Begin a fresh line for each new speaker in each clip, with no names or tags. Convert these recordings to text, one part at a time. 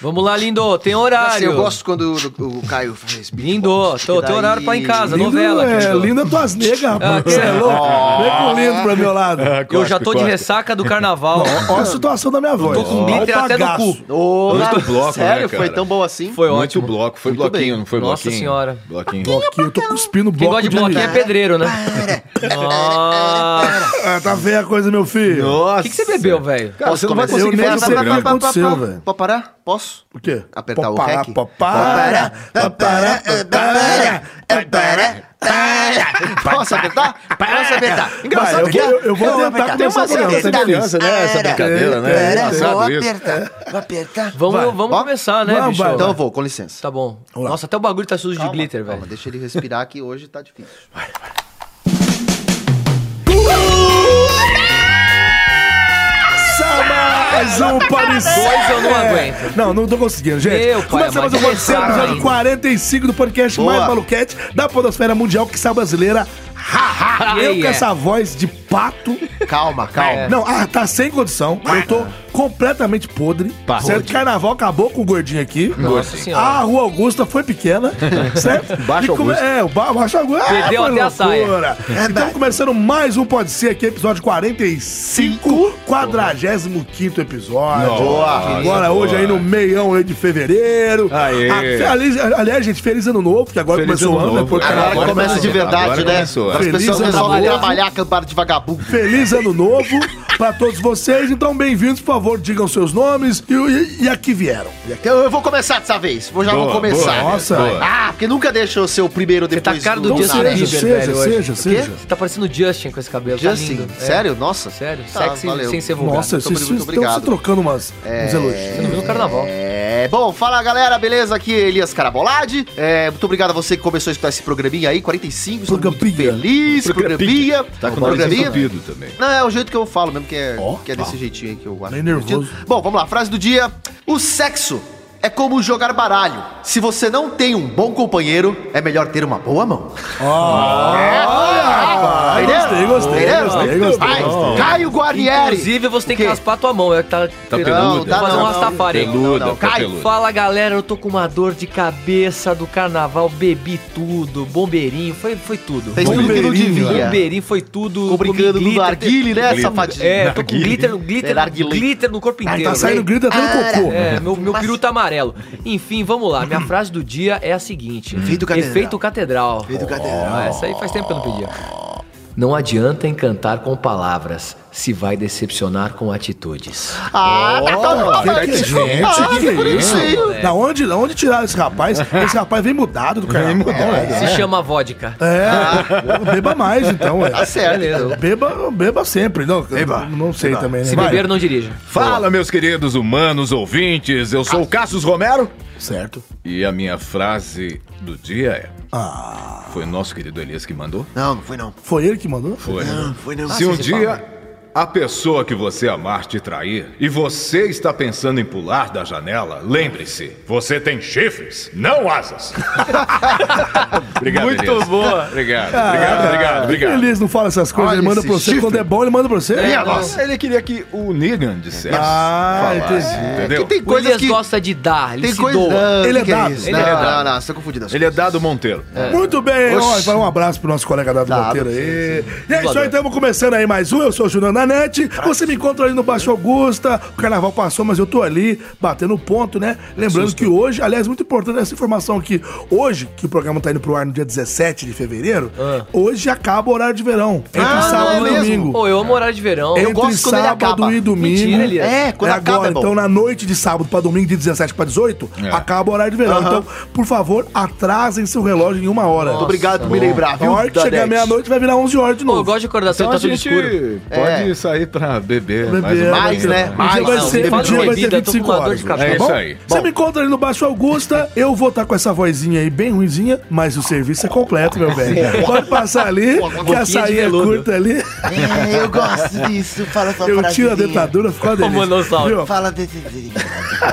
Vamos lá, lindo. Tem horário.
Assim, eu gosto quando o, o Caio faz beatbox,
Lindo, tô-
que
tem horário pra ir em casa.
Lindo,
novela,
É,
Cristo.
linda tuas negas, rapaz.
Ah,
Você é
que-
louco. Vem com o
Ah.
lindo pra meu lado.
Eu já tô de ressaca do carnaval.
Olha a situação da minha voz.
Tô com
Olha o
glitter até no
bagaço.
cu.
Ô,
Muito
Lázaro,
bloco, né,
Sério?
cara?
Foi tão bom assim?
Foi
Muito
ótimo.
bloco. Foi
Muito
bloquinho,
bem.
não foi
Nossa
bloquinho?
senhora.
Bloquinho.
Bloquinho, eu tô cuspindo
Quem
bloco
gosta de bloquinho é pedreiro, né? Nossa.
Ah, tá feia a coisa, meu filho.
Nossa.
O que, que você bebeu, velho?
Cara,
você não vai
conseguir falar
nada.
nada.
Pá, pá,
Não
pá, pá,
aconteceu,
pá.
velho.
Pode parar? Posso?
O quê?
Apertar o
Popará,
rec?
Popará, popará, popará, popará.
Posso apertar? Posso apertar?
Vai, eu
que
vou- eu vou tentar
tem
começar
uma
o programa,
certa
tá
idade.
difícil.
criança, né? Essa brincadeira, né?
É,
Engraçado
Vou
isso.
apertar. Vou apertar.
Vamos,
Vai.
vamos
Ó.
começar, né,
Vamos,
bicho?
vai,
Então
Então,
eu vou, com licença.
tá bom.
Vamos lá.
Nossa, até o bagulho tá sujo de glitter,
Calma,
velho.
deixa ele respirar que hoje tá difícil.
um Começa mais um Paris.
Dois eu não aguento.
É. Não, não tô conseguindo, gente.
Meu pai, é
Começa mais um
mas
Paris,
que
episódio
ainda.
45 do podcast
Boa.
mais maluquete da Podosfera Mundial, que sabe brasileira. Ha, ha.
E
Eu
aí,
com
é?
essa voz de pato.
Calma,
É.
calma.
Não, ah, tá sem condição. Eu tô completamente podre.
Podre.
Certo? Carnaval acabou com o gordinho aqui.
Nossa senhora.
A Rua Augusta foi pequena, certo?
Baixo
E
Augusto.
É, o ba Baixo Augusta. Ah,
Perdeu
foi
até a saia.
loucura. Então, começando mais um Pode Ser aqui, episódio 45, 45 episódio.
Boa.
Agora,
Boa.
hoje aí no meião aí de fevereiro.
Aê.
A- feliz- aliás, gente, feliz ano novo, que agora
Feliz
começou
ano
o ano, né?
novo.
Pô,
Agora
carnaval.
Agora começa de
começou.
verdade,
Agora
né?
começou.
As
Feliz
pessoas
ano
resolvem
novo.
trabalhar, acamparam de vagabundo.
Feliz ano novo pra todos vocês. Então, bem-vindos, por favor, digam seus nomes e, e, e a que vieram. E a que-
Então eu vou começar dessa vez. Vou já vou
Boa,
começar.
boa,
Nossa.
boa.
Ah, porque nunca deixa eu ser o primeiro depois
tá cara do
Então,
Justin
nada.
seja,
Bieber,
seja,
velho, hoje.
seja, seja.
Você tá parecendo o Justin com esse cabelo. tá
Justin,
lindo. É.
sério? Nossa.
Sério,
Tá,
sexy
valeu.
sem ser vulgar.
Nossa,
Muito
vocês então
obrigado,
estão se
Então, obrigado.
trocando umas, uns elogios.
Você não viu no carnaval.
É, bom, fala galera, beleza? Aqui é Elias Carabolade. É, muito obrigado a você que começou a escutar esse programinha aí, 45, estou muito
Programinha.
feliz, programinha.
Tá com o nariz
programinha.
entupido também.
Não, é o jeito que eu falo mesmo, que é,
Ó,
que é desse jeitinho aí que eu acho.
Bem nervoso.
divertido. Bom, vamos lá, frase do dia. O sexo é como jogar baralho. Se você não tem um bom companheiro, é melhor ter uma boa mão.
Ah,
Entendeu?
gostei, gostei,
Entendeu?
gostei, gostei,
Ai,
gostei.
Caio Guarnieri.
Inclusive, você tem que
O quê?
raspar tua mão. É que tá,
peluda.
Vou fazer
Não,
um
não,
rastafari. hein?
Peluda,
Não, não,
tá
cai,
peluda.
Fala galera, eu tô com uma dor de cabeça do carnaval, bebi tudo, bombeirinho, foi, foi tudo.
Fez tudo que não
Bombeirinho. né?
devia.
Bombeirinho foi tudo.
Ficou brincando
comi
no
glitter,
narguile, né,
Glitter.
safadinho?
É, tô com glitter,
É,
glitter,
narguilé.
glitter no corpo inteiro. né?
Tá saindo grito até no cocô.
É, meu, meu peru tá amarelo. Enfim, vamos lá. Minha frase do dia é a seguinte:
Hum.
Efeito catedral.
Efeito catedral.
Efeito catedral.
Ah, essa aí faz tempo que eu não pedia. Não adianta encantar com palavras, se vai decepcionar com atitudes.
Ah, tá todo mundo
Que que é, gente,
Ah,
que que é isso?
bonitinho.
Da onde, da onde tiraram esse rapaz? Esse rapaz vem mudado do carnaval. né?
Se chama vodka.
É, beba mais então,
Tá
é.
certo.
Beleza.
Beba, beba sempre. Não, beba. não sei também, né?
Se
Vai.
beber, não dirija.
Fala, meus queridos humanos ouvintes. Eu sou o Cassius Romero.
Certo.
E a minha frase do dia é...
Ah,
Foi nosso querido Elias que mandou?
Não, não foi não.
foi ele que mandou?
Foi.
Não, foi não.
Se um dia a pessoa que você amar te trair e você está pensando em pular da janela, lembre-se, você tem chifres, não asas. obrigado,
Muito
Elias.
boa.
Obrigado, obrigado, obrigado, obrigado.
Ele não fala essas coisas,
Olha
ele manda
esse
pra você.
chifre.
Quando é bom, ele manda pra você.
É, não.
Ele queria que o Negan dissesse.
Ah,
falasse,
entendi.
Entendeu?
Que tem
O
coisas
Elias
que...
gosta de dar, ele
Tem
se
coisa...
doa.
Não,
Ele
que
é
que
dado.
isso?
Ele
Não,
é dado.
não, não, você tá confundindo as
Ele é
coisas.
dado Monteiro.
Muito bem, ó,
Oxi.
vai um abraço pro nosso colega Dado
Dado,
Monteiro aí. E é isso
Dado.
aí, estamos começando aí mais um. Eu sou o Júnior Nanete. Você me encontra ali no Baixo Augusta. O carnaval passou, mas eu tô ali batendo ponto, né? Lembrando que hoje, aliás, muito importante essa informação aqui. Hoje, que o programa tá indo pro ar no dia 17 de fevereiro,
Ah.
hoje acaba o horário de verão. Entre
Ah,
sábado
é
e
mesmo?
domingo.
Pô, eu amo horário de verão.
Entre
gosto quando ele
sábado
acaba.
e domingo.
Mentira, Elias.
É, quando
é
acaba
agora,
é bom.
então na noite de sábado pra domingo, de 17 pra 18,
É.
acaba o horário de verão. Então, por favor, atrasem seu relógio em uma hora.
Muito obrigado por me
bom.
lembrar,
A
viu?
hora que
Danete?
chegar meia-noite vai virar 11 horas de
Pô,
novo.
eu gosto de acordar cedo,
Então
tá
a
tudo
gente
um
escuro.
pode sair pra beber, mais
Beber,
um
Mais,
pouquinho.
né?
O dia
Mais.
vai
não,
ser,
depois
o dia
de
vai
bebida,
ter
eu tô com
25
uma dor
horas.
de
tá
cabeça.
É
bom?
isso aí.
Você
Bom.
me encontra ali no Baixo Augusta, eu vou estar com essa vozinha aí bem ruizinha, mas o serviço é completo, meu bem. Pode passar ali, que a
boquinha de
saia é
veludo.
curta ali,
É, eu gosto disso. Fala sua
eu
frase
tiro a
minha.
dentadura, ficou uma delícia.
monossauro.
Viu?
Fala desse dia.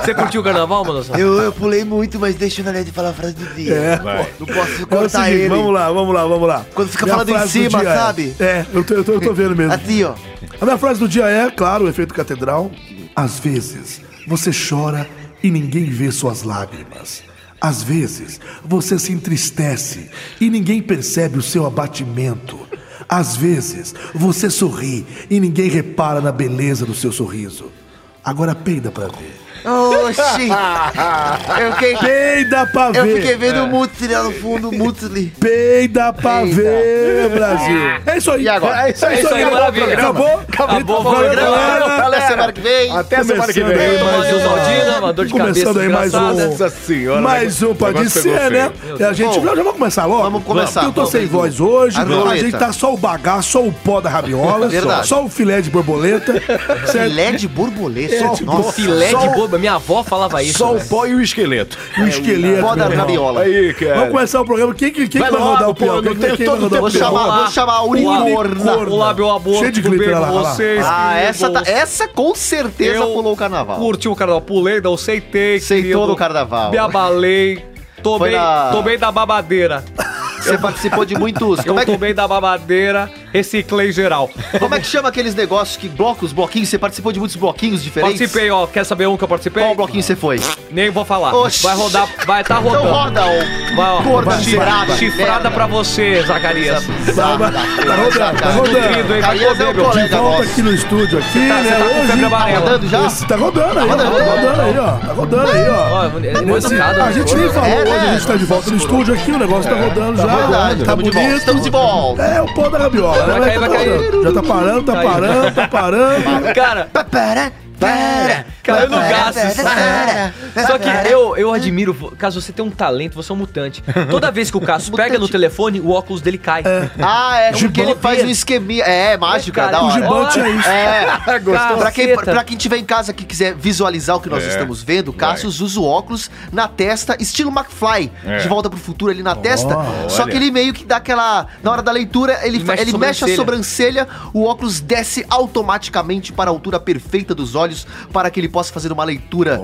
Você curtiu o carnaval, mano?
Eu, eu pulei muito, mas deixa o Nanete falar a frase do dia.
É.
Vai.
Não posso
É o
cortar
seguinte,
ele.
vamos lá, vamos lá, vamos lá.
Quando fica falando em
frase do
cima,
dia é-
sabe?
É, eu tô, eu tô- eu tô vendo mesmo.
Assim, ó.
A minha frase do dia é, claro, o efeito catedral. Às vezes, você chora e ninguém vê suas lágrimas. Às vezes, você se entristece e ninguém percebe o seu abatimento. Às vezes, você sorri e ninguém repara na beleza do seu sorriso. Agora peida pra ver.
Oxi! Eu fiquei,
Peida pra
eu
ver!
fiquei vendo o Mutsley lá no fundo, o Mutsley.
Peida pra ver, Brasil! É isso aí!
E agora?
É isso aí,
É isso aí,
acabou
maravilha.
o programa. Acabou?
Acabou o
Valeu,
programa.
galera.
Até semana que vem.
Até semana que
Começando aí
vem.
mais
um-
uma Maldina, uma dor de
Começando
cabeça
aí mais
desgraçada.
um.
Nossa senhora,
mais
o
um pode
negócio pegou
ser, né?
feio.
E a gente
Bom,
já vamos começar logo.
vamos começar.
Porque eu tô
Vamos.
sem voz hoje.
A
A, gente
roleta.
tá só o bagaço, só o pó da rabiola,
Verdade.
só o filé de borboleta, certo?
Filé de borboleta.
É, tipo,
Nossa,
Filé
Só
de
o-
boba. Minha avó falava isso. né?
Só o
velho.
pó e o esqueleto.
E o esqueleto.
Pó da
meu irmão.
rabiola.
Aí, cara.
Vamos começar o programa. Quem, que- quem
Vai
que vai
logo,
rodar o pior?
pô,
Quem,
não tem
quem vai
todo
rodar
Vou
o pior?
Vamos
chamar,
lá.
vou chamar a
Unicorna.
unicorna.
Corna.
O lábio ao aborto.
Cheio de glitter,
bem
olha lá,
com
olha lá.
vocês?
Ah, essa, tá-
Eu-
essa com certeza
eu-
pulou o carnaval.
Curti o carnaval. Pulei, não aceitei.
Aceitou
querido.
no carnaval.
Me abalei. Tomei,
Foi na-
tomei da babadeira.
Você participou de muitos.
Eu
Como é, que,
tomei da babadeira, reciclei geral.
como é que chama aqueles negócios que blocos, bloquinhos? Você participou de muitos bloquinhos diferentes?
Participei, ó. Quer saber um que eu participei?
Qual bloquinho você foi?
Nem vou falar.
Oxi.
Vai rodar, vai tá rodando.
Então roda, ô.
Vai, ó.
Corno
Vai,
chifrado,
Chifrada
merda.
pra você, Zacarias.
Tá, tá rodando, tá
Nutrido, hein?
Zacarias é
rodando.
Vai
o
comer, meu.
De
colega
volta
nosso.
aqui no estúdio, aqui,
Tá, você
né?
tá com febre
Hoje,
Tá
amarela.
rodando já?
Esse tá rodando aí, ó. Tá
rodando?
rodando aí, ó. Tá rodando aí, ó.
Ó, é muito
Esse-
educado,
assim, a
né?
gente nem falou
É,
hoje,
né?
a gente tá de volta no estúdio aqui, o negócio tá rodando já.
Verdade,
tá
estamos de
bonito.
volta. Estamos de volta.
É, o pão da rabiola,
Vai
né?
cair,
tá
vai cair.
rodando. Já tá parando, tá
Caiu.
parando, tá parando.
Cara,
Para, para.
caiu no
para,
gasto.
para, para,
Só que
para.
eu, eu admiro, vo- caso você tenha um talento, você é um mutante. Toda vez que o Cássio pega no telefone, o óculos dele cai.
Ah, é porque ele
Gibão.
faz um esqueminha. É, é mágico, é,
Cara,
da
O
hora.
gibão
Olha.
tinha isso.
É.
Gostou?
Pra quem,
Caceta.
pra quem tiver em casa que quiser visualizar o que nós
É.
estamos vendo, Cassius usa o óculos na testa, estilo McFly,
É.
de volta pro futuro ali na testa. Só
olha.
que ele meio que dá aquela. Na hora da leitura, ele,
Ele
fa-
mexe a
ele mexe a sobrancelha, o óculos desce automaticamente para a altura perfeita dos olhos, para que ele possa fazer uma leitura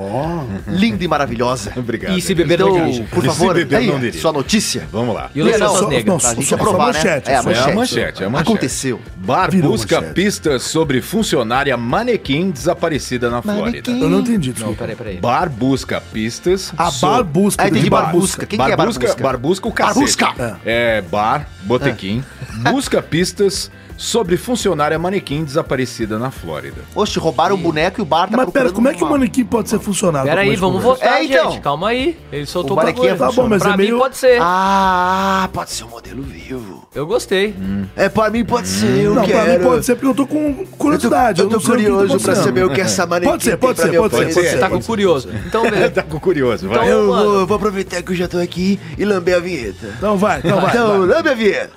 linda e maravilhosa.
Obrigado.
E se beber
Então,
não dirige.
por
E se
favor,
beber, não
aí,
dirija.
sua notícia.
Vamos lá.
E o
Leonardo,
Leonardo
só-
Negra,
não,
tá?
só-
gente?
Só provar, né?
manchete,
É,
só.
a manchete.
É a manchete, é a manchete.
Aconteceu.
Bar
Virou
busca
manchete.
pistas sobre funcionária manequim desaparecida na Flórida.
Manequim.
Eu não entendi,
Não,
desculpa.
peraí, peraí.
Bar busca pistas.
A
so-
bar busca.
Aí tem de
bar
barbusca. Quem que é
Barbusca-
barbusca?
Barbusca o cacete.
Barbusca!
É, bar, botequim, busca pistas sobre funcionária manequim desaparecida na Flórida.
Oxe, roubaram o boneco e o bar tá
Mas
procurando
pera,
um
como é que o
uma-
manequim pode ser funcionário?
Peraí, vamos
voltar.
votar,
É, então.
gente. Calma aí. Ele
O
soltou o
Barequinha
bagulho.
tá
bom, mas
pra
é
mim
meio-
pode ser.
Ah, pode ser um modelo vivo.
Eu gostei.
É, pra mim pode ser, eu
Não,
quero.
pra mim pode ser porque eu tô com curiosidade.
Eu tô
não sei o que tá
curioso pra
acontecendo.
saber o que essa manequim
Pode ser,
tem
pode
pra
ser,
me
É, pode ser,
oferecer.
pode
Você
ser.
tá com curioso. Então, beleza.
Tá com curioso, vai.
Então,
Eu
mano.
vou, eu vou aproveitar que eu já tô aqui e lamber a vinheta.
Então vai, então vai.
Então, lambe a vinheta.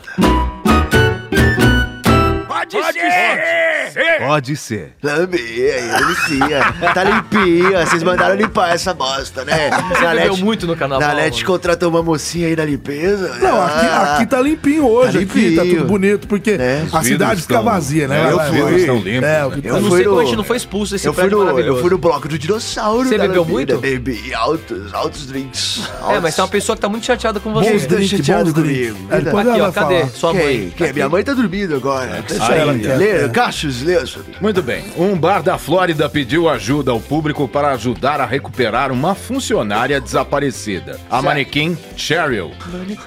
Pode, ser! Pode ser.
Lambe, aí, Lucia. Tá limpinha, vocês mandaram limpar essa bosta, né?
Você bebeu muito no carnaval,
Na net
mano.
contratou uma mocinha aí da limpeza.
Não, aqui,
Ah,
aqui tá limpinho hoje,
Tá
aqui tá
limpinho.
tudo bonito, porque
É.
a
Os
cidade
vidros
fica
estão-
vazia, né?
É,
Vai,
os
vai,
vidros
vai.
estão limpos,
É,
né?
o que
Eu
Eu não
fui
sei como a
no-
gente não foi expulso desse
Eu fui,
prédio
no, eu
é maravilhoso.
fui no bloco do dinossauro.
Você
da
bebeu
vida,
muito?
né,
Bebi altos, altos drinks.
É, mas tem uma pessoa que tá muito chateada com você.
Bons dois chateados comigo.
É, depois
Aqui,
ela
ó,
vai
cadê
falar.
sua mãe? É,
Quem? Quem? Minha mãe tá dormindo agora.
Deixa ela quieta.
Leandro, Cassius, Leandro.
Muito bem. Um bar da Flórida pediu ajuda ao público para ajudar a recuperar uma funcionária desaparecida. A manequim Cheryl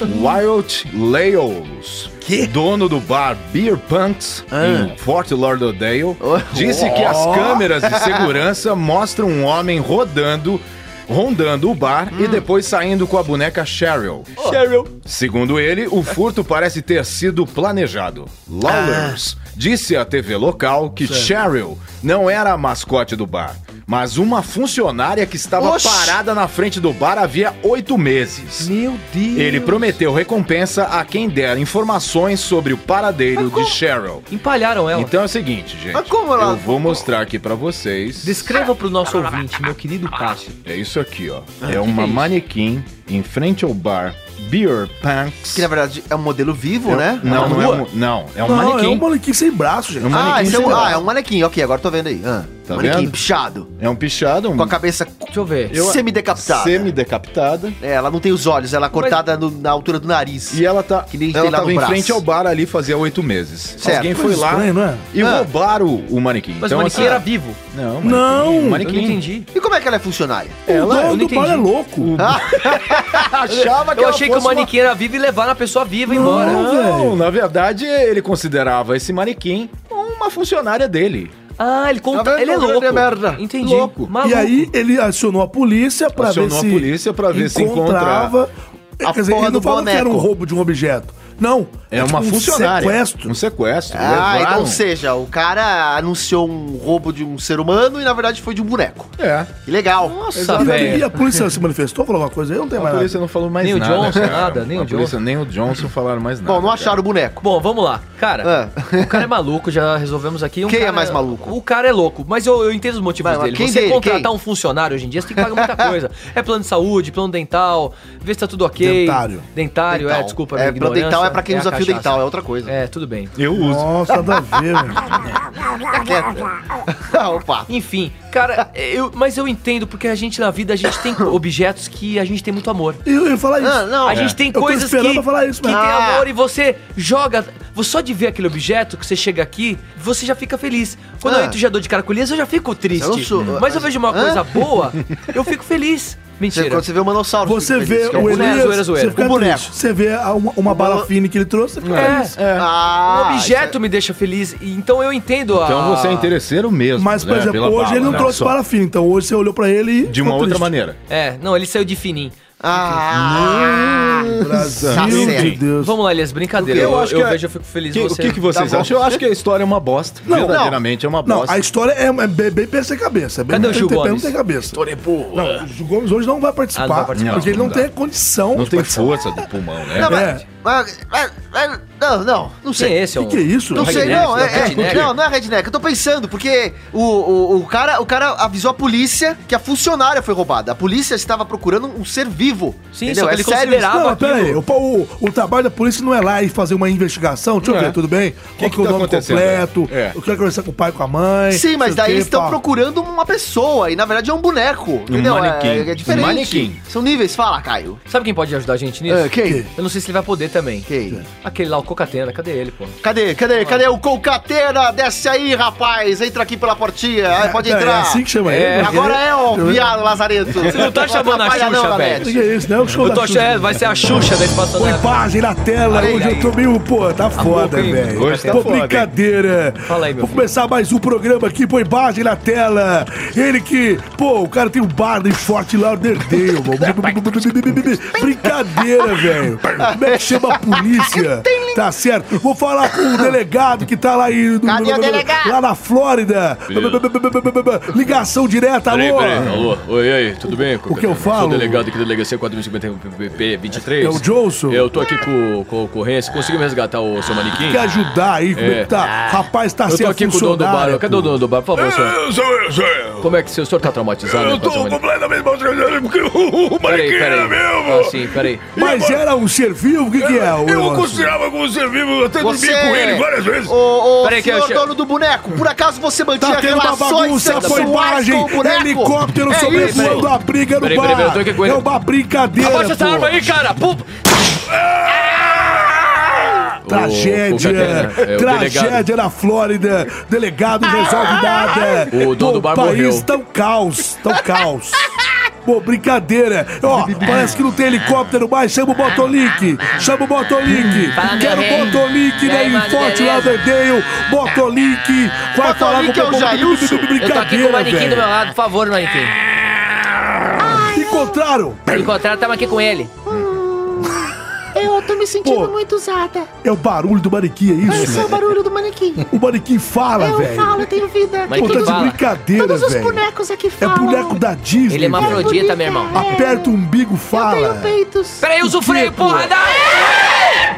Wild Lales, dono do bar Beer Punks em Fort Lauderdale, disse que as câmeras de segurança mostram um homem rodando Rondando o bar e depois saindo com a boneca Cheryl.
Cheryl.
Segundo ele, o furto parece ter sido planejado. Lawlers
Ah.
disse à TV local que Cheryl não era a mascote do bar, mas uma funcionária que estava
Oxi.
parada na frente do bar havia oito meses.
Meu Deus.
Ele prometeu recompensa a quem der informações sobre o paradeiro de Cheryl.
Empalharam ela.
Então é o seguinte, gente.
Mas como ela-
Eu vou mostrar aqui pra vocês.
Descreva pro nosso ouvinte, meu querido Cássio.
É isso aqui, ó.
Ah,
É uma manequim em frente ao bar Beer Punks.
Que na verdade é um modelo vivo, né? Na
Não, não é,
rua.
um, não, é um
Não,
manequim.
é um manequim sem braço, gente.
É um
Ah,
manequim
esse é um,
sem
ah,
braço.
é um manequim. Ok, agora tô vendo aí. Ah.
Tá
Manequim
vendo?
pichado.
É um pichado, um
Com a cabeça
Deixa eu ver.
Eu-
semidecapitada.
semi-decapitada.
É, ela não tem os olhos, ela é cortada no- na altura do nariz.
E ela tá.
Que nem tem
ela
lá
tava
no
em
braço.
frente ao bar ali fazia oito meses.
Certo.
Alguém
Coisa
foi lá
estranha, não é?
e
Ah.
roubaram o manequim.
Mas o manequim
assim,
era vivo.
Não, manequim,
Não,
Eu não
manequim.
entendi.
E como é que ela é funcionária?
o
eu não
dono do bar é
entendi.
louco.
Achava
Eu achei que o
fosse uma-
manequim um era vivo e levaram a pessoa viva embora.
Não, na verdade, ele considerava esse manequim uma funcionária dele.
Ah, ele conta. Ele é louco. Entendi.
Louco.
Maluco.
E aí ele acionou a polícia pra
Acionou
ver
a
se
polícia pra ver se
encontrava.
a
Quer dizer,
porra
ele não
do
falou que era um
boneco.
roubo de um objeto. Não.
É uma
tipo um
funcionária.
sequestro.
Um sequestro.
Ah,
levaram.
então ou seja, o cara anunciou um roubo de um ser humano e na verdade foi de um boneco.
É.
Que legal.
Nossa,
E- E
velho.
a polícia se manifestou, falou alguma coisa aí? Eu não tenho
A
mais
polícia
nada.
não falou mais
É, Nem o
nada.
Johnson,
cara.
nada, nem
A
o
polícia- Nem o Johnson falaram mais nada.
Bom, não
cara.
acharam o boneco.
Bom, vamos lá. Cara, o cara é maluco, já resolvemos aqui. Um
Ah. Quem é
cara-
mais maluco?
O cara é louco, mas eu, eu entendo os motivos
Vai, mas
dele.
quem
você
dele?
contratar
Quem?
um funcionário hoje em dia, você tem que pagar muita coisa. É plano de saúde, plano dental, ver se tá tudo ok.
Dentário.
Dentário, é,
Dental.
desculpa,
É,
minha
pra dental
ignorância.
é pra quem
a
usa fio
cachaça.
dental, é outra coisa.
É, tudo bem.
Eu uso.
Nossa, nada a ver, velho.
Opa.
Enfim, cara, eu, mas eu entendo, porque a gente na vida, a gente tem objetos que a gente tem muito amor.
E eu ia falar isso.
Ah, não.
a gente tem
Eu tô
coisas
esperando
que,
pra falar isso,
que tem
mas-
Ah.
amor e você joga. Você só de ver aquele objeto que você chega aqui, você já fica feliz. Quando
Ah.
eu entro de dor de caracolhas, eu já fico triste.
Eu sou-
Mas eu vejo uma
Hã?
coisa boa, eu fico feliz.
Você-
Mentira.
quando você vê o manossauro.
Você
fica feliz,
vê
que é um
o
boneco.
boneco.
Elias,
Zoeira, zoeira.
você fica
Um boneco.
triste. Você vê a- uma, uma bala
bala-
fine que ele trouxe, você fica feliz.
É.
Ah,
um objeto me deixa feliz, e então eu entendo a.
Então você é interesseiro mesmo.
Mas, por
né,
exemplo,
pela
hoje
bala,
ele não
né,
trouxe
só.
bala fina, então hoje você olhou pra ele e.
De uma outra maneira.
É, não, ele saiu de fininho.
é- Ah,
Brasil
Tá
meu
certo.
Deus.
Vamos lá, Elias, brincadeira. Eu, eu,
é-
vejo, eu fico feliz
que,
em
O que, que vocês
Tá bom.
acham? Eu acho que a história é uma bosta.
Não,
Verdadeiramente é uma
Não,
bosta.
a história é, é bem, bem pé sem cabeça. É bem,
Cadê
não
o
tem-
Gil
tem-
Gomes?
Não tem cabeça.
História é boa.
Não, o Gil Gomes hoje não vai participar,
Ah, não vai participar.
porque ele não,
Não,
tem
não dá.
condição.
não
de
tem
participar.
força do pulmão, né?
Não, mas,
É.
mas- mas- mas- não, não, não
Quem
sei.
é esse?
Que que é isso?
Não
Um
sei,
redneck,
não,
né?
é, é-
Redneck.
não, não é redneck. Eu tô pensando, porque o, o, o cara, o cara avisou a polícia que a funcionária foi roubada. A polícia estava procurando um ser vivo.
Sim, só que
É
eles
sério isso?
consideravam-
Não, mas
aquilo.
peraí, o, o, o trabalho da polícia não é lá e fazer uma investigação, deixa eu
É.
ver, tudo bem? Qual que,
que
é o
tá
nome
acontecendo?
completo?
É.
Eu quero conversar com o pai, com a mãe.
Sim, mas
não sei o
daí
quê,
eles estão
pá.
procurando uma pessoa e na verdade é um boneco. entendeu? É-
manequim.
É, diferente.
Um manequim.
São níveis, fala, Caio.
Sabe quem pode ajudar a gente nisso?
É, quem?
Eu não sei se ele vai poder também.
Quem?
Aquele lá, o Cocatena, cadê ele, pô?
Cadê, cadê, cadê o Colcateira? Desce aí, rapaz. Entra aqui pela portinha. Aí, pode
Peraí,
entrar.
É assim que chama
É,
ele?
Agora é, ó, viado Lazareto. Você
não tá chamando a
atrapalha
Xuxa,
não,
velho.
Alex.
O que é isso, né? O show
Eu tô
da Xuxa.
achando, vai ser a Xuxa da espaçonave.
Põe imagem na tela,
Olha
hoje
aí.
eu tô meio, pô, tá foda,
boca, hein?
velho.
Hoje tá
Pô,
foda, hein?
brincadeira.
Fala aí, meu
Vou
filho.
começar mais um programa aqui, põe imagem na tela. Ele que, pô, o cara tem um bar de forte lá, o Derdeu, Brincadeira, velho. Como é que chama a polícia? Tá certo. Vou falar com o delegado que tá lá aí. no-
Cadê o delegado?
Lá na Flórida. Ligação direta,
Peraí,
alô.
peraí. Alô, oi, e aí, tudo bem?
que eu falo?
Sou delegado aqui da delegacia 4051PP23.
É o Johnson?
Eu tô aqui com, com a ocorrência. Conseguiu me resgatar o seu manequim?
Quer ajudar aí? Como é que tá? Rapaz, tá
Eu tô
sem
aqui com o dono do bar.
funcionário.
Cadê o dono do bar? Por favor, senhor.
Eu sou eu, sou eu.
Como é que o senhor, o senhor tá traumatizado? né,
Eu
com essa
tô
manequim?
completamente maltratado porque o
Peraí,
manequim
peraí.
era meu.
Ah,
assim.
sim, peraí.
Mas era um ser vivo? O que, que é? o
Eu
negócio?
considerava como você vivo, eu até dormi
Você, é-
com ele várias vezes.
Ô, ô
Peraí que eu
senhor
che-
dono do boneco, por acaso você mantinha
Tá tendo uma
relações
bagunça, foi
sexuais
imagem,
com o boneco?
helicóptero
É isso?
sobrevoando a briga no
Peraí, peraí, peraí, eu tô aqui com
bar.
ele.
É uma brincadeira,
Abaixa essa
pô.
arma aí, cara! Pum!
Tragédia,
O- o Catena, é, o
tragédia na Flórida.
Ah!
Delegado resolve nada.
O dono do bar
país
morreu.
tá um caos, tá um caos. Pô, brincadeira. Ó, parece que não tem helicóptero mais. Chama o Botolink. Chama o Botolink.
Fala, meu
Quero
rei.
Botolink
E aí,
na
mano,
Forte
beleza?
Lauderdale. Botolink. Vai falar
Botolink é o Jailson?
Eu tô aqui com o manequim do
velho.
meu lado, por favor, manequim.
Encontraram.
Encontraram, tamo aqui com ele.
Eu tô me sentindo
Pô.
muito usada.
É o barulho do manequim, é isso?
Esse é o barulho do manequim.
O manequim fala,
Eu
velho.
falo, eu tenho vida.
Mas
Pô,
quem
tá de
fala?
brincadeira,
Todos os
velho.
bonecos aqui
É
falam.
boneco da Disney.
Ele é uma
velho.
bonito,
afrodita, meu irmão.
é.
Aperta o umbigo,
Eu
fala.
tenho um peitos.
Peraí, usa o freio, porra, dá!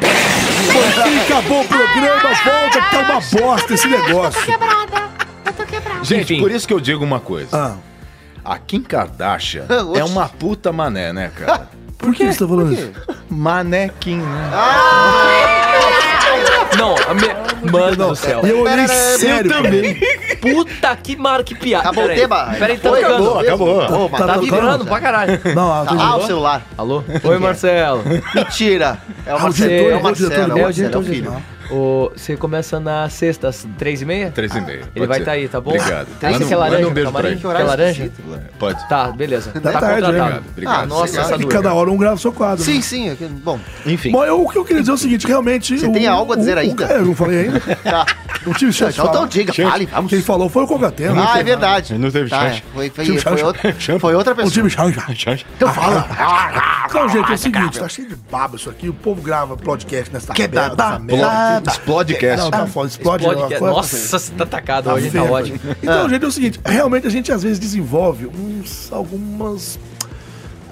E acabou o programa, volta que tá uma bosta esse negócio.
Quebrada. Eu tô quebrada.
Gente,
Enfim.
por isso que eu digo uma coisa.
Ah,
A Kim Kardashian
Oxi.
é uma puta mané, né, cara?
por que você tá falando isso?
Manequim, né?
Não, a me... mano do céu.
E eu olhei
Pera,
sério.
também.
Puta que mar, que piada.
Acabou o
Peraí.
tema?
Peraí, tá
então
Foi?
tocando.
acabou.
Ô, mas
Tá
Tá
tocando?
vibrando pra caralho.
Não, a-
Ah, o celular.
Alô? Oi, Marcelo.
Mentira. É o
Ah, o
Marcelo,
diretor,
é
o
o Marcelo,
diretor,
é o
né?
Marcelo, é o filho.
diretor.
Ô, Você começa na sexta, às três e meia?
Três e meio.
Ele
pode
vai
ser.
estar aí, tá bom?
Obrigado.
Manda,
Manda um-
quer laranja,
manda um beijo pra
camarim?
ele.
Quer laranja?
Pode.
Tá, beleza. Tá,
tarde, né?
contratado.
Obrigado, obrigado.
Ah, nossa,
Obrigado.
essa
E
dúvida.
cada hora um grava o seu quadro.
Sim, sim. é que- Bom,
Enfim.
Bom, eu, o que eu queria dizer é o seguinte, realmente...
Você
o-
tem algo a dizer
o-
ainda?
O, é, eu não falei ainda. Não tive chance de
tá. então, então
falar.
diga, fale, vamos.
Quem falou foi o Cocatena.
Ah, é verdade.
Não teve
tá,
chance.
Foi, foi,
Tive
foi
chance.
outra, foi outra
O
pessoa.
time Chanja. Então fala. Então, gente, é o seguinte, tá cheio de baba isso aqui. O povo grava podcast nessa
Que
merda,
babá.
essa
Ah,
merda. Não,
Explodecast.
tá foda, explode.
Pode,
é uma coisa-
nossa, você tá atacado hoje, tá
fervo.
ótimo.
Ah.
Então, gente, é o seguinte, realmente a gente às vezes desenvolve uns, algumas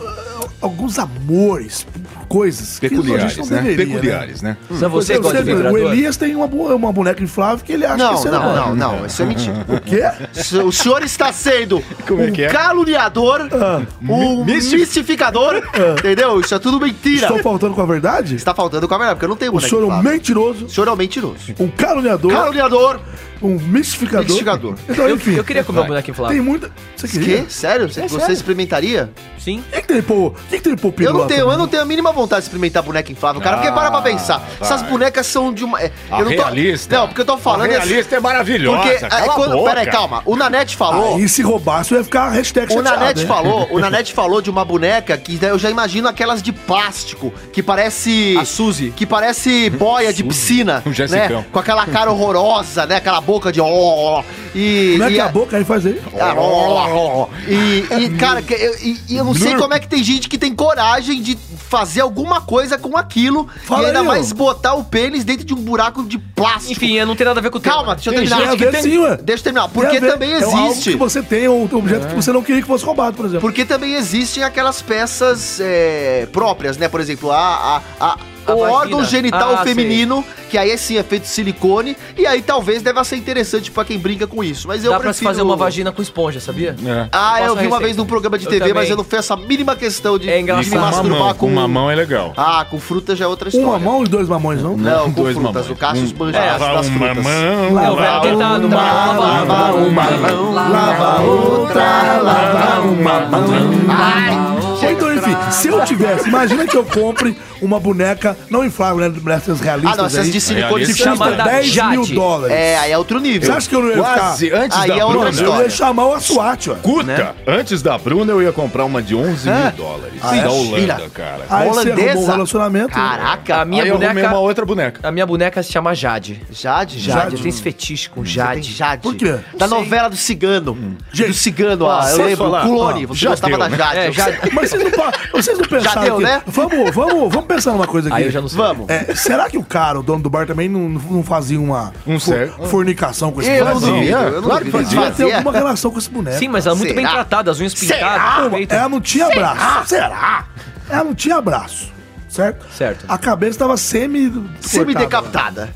ah, alguns amores, coisas que a gente não
Peculiares, né?
deveria,
Peculiares, né?
São vocês
Por
gostam de
exemplo, o
vibrador?
Elias tem uma, bu- uma boneca inflável que ele acha que
Não,
isso é
não,
namoro.
não, não, isso é mentira.
O quê?
Se- O senhor está sendo
Como é
um
que é?
caluniador,
Ah.
um
misti-
mistificador, entendeu? Isso é tudo mentira.
Estou faltando com a verdade?
Está faltando com a verdade, porque eu não tenho
O
boneca
senhor é um
inflável.
mentiroso,
O senhor é um mentiroso.
um caluniador,
Caluniador,
um mistificador.
Mistificador.
Então,
Eu,
enfim,
eu queria comer um boneco inflável.
tem muita... Você queria?
que? Sério?
É
Você, você experimentaria?
Sim.
Quem que tem pô? Quem que tem pô né?
Eu não
pirulata?
tenho, eu não tenho a mínima vontade de experimentar boneca inflável, cara, porque
Ah,
para pra pensar. Essas
vai.
bonecas são de uma. é,
A
eu não tô-
realista.
Não, porque eu tô
A
falando. é-
realista é maravilhosa.
Porque. é,
cala a
quando-
boca.
peraí, calma. O Nanete falou.
Aí se roubasse, eu ia ficar hashtag
O
chateado,
Nanete
né?
falou, o Nanete falou de uma boneca que daí eu já imagino aquelas de plástico, que parece
A Suzy.
que parece boia de piscina,
Um
né?
Jessicão.
Com aquela cara horrorosa, né? Aquela boca de ó e
Como é que
e
a boca aí É. fazer?
Ah, ó, ó, ó. E, e, cara, que eu, e, e eu não sei como é que tem gente que tem coragem de fazer alguma coisa com aquilo
Fala
e ainda
aí, ó.
mais botar o pênis dentro de um buraco de plástico.
Enfim, eu não tem nada a ver com o tema.
Calma, deixa eu
Tem
terminar.
gente que Tem a ver tem- Ah, sim, ué.
Deixa eu terminar.
Tem
Porque
a ver-
também
É algo
existe.
que você tem, um objeto que você não queria que fosse roubado, por exemplo.
Porque também existem aquelas peças é, próprias, né? Por exemplo, a, a, a-
A
o
vagina.
órgão genital
Ah,
feminino, que aí sim é feito de silicone, e aí talvez deva ser interessante pra quem brinca com isso. Mas eu
Dá pra se
prefiro...
fazer uma vagina com esponja, sabia?
É.
Ah,
Faça
eu vi uma
receita.
vez num programa de
Eu
TV, mas
também.
eu não fiz essa mínima questão de
É
de
engraçado.
me
Com a
masturbar
mamão,
com...
com mamão é legal.
Ah, com fruta já é outra
Uma
história.
mão né? e dois mamões, não?
Não, com
Dois
frutas.
mamões.
O Cassius
Um-
manja as-
Lava
das
um
frutas.
mamão.
É o velho tentado, uma lava,
Lava uma mão, lava outra, lava uma mão. Ai,
Ou então, enfim, se eu tivesse, imagina que eu compre uma boneca, não inflável, né? Dessas realistas.
Ah, não, essas
aí,
de silicone
Aí
de
que custa
Chamada
10
Jade.
mil dólares.
É, aí é outro nível.
Você acha que eu não ia
Quase,
ficar?
antes
Aí
da
é outra
Bruna,
Eu ia
história.
chamar o SWAT, ó.
Escuta, antes da Bruna eu ia comprar uma de 11 mil dólares.
é?
da Holanda,
Filha.
cara.
Aí você
Holandesa?
arrumou um relacionamento. né?
Caraca,
A minha
Aí eu arrumei
boneca...
uma outra boneca.
A minha boneca se chama Jade. Jade,
Jade, Jade.
eu tenho esse fetiche com
Jade.
Jade.
Jade.
Por quê?
Da novela do Cigano. do Cigano, ah, eu
posso
lembro.
falar?
Clone.
Ah,
Você
já
gostava
deu,
da
né?
Jade.
É, Jade.
Mas vocês não, pa- vocês não pensaram.
deu,
aqui-
né?
Vamos, vamos, vamos pensar numa coisa aqui.
Aí eu já não sei.
Vamos.
É, será que o cara, o dono do bar, também não, não fazia uma
Um
for-
certo.
fornicação com esse
Eu não
boneco?
duvido. Eu não
Claro
duvido.
que fazia.
Devia ter
Fazia.
alguma relação com esse boneco.
Sim, mas ela é muito bem
Será?
tratada, as unhas pintadas,
um
feita.
Ela É, não tinha braço. Será? Ela não tinha braço. Certo?
Certo.
A cabeça tava semi. cortada.
Semi-decapitada.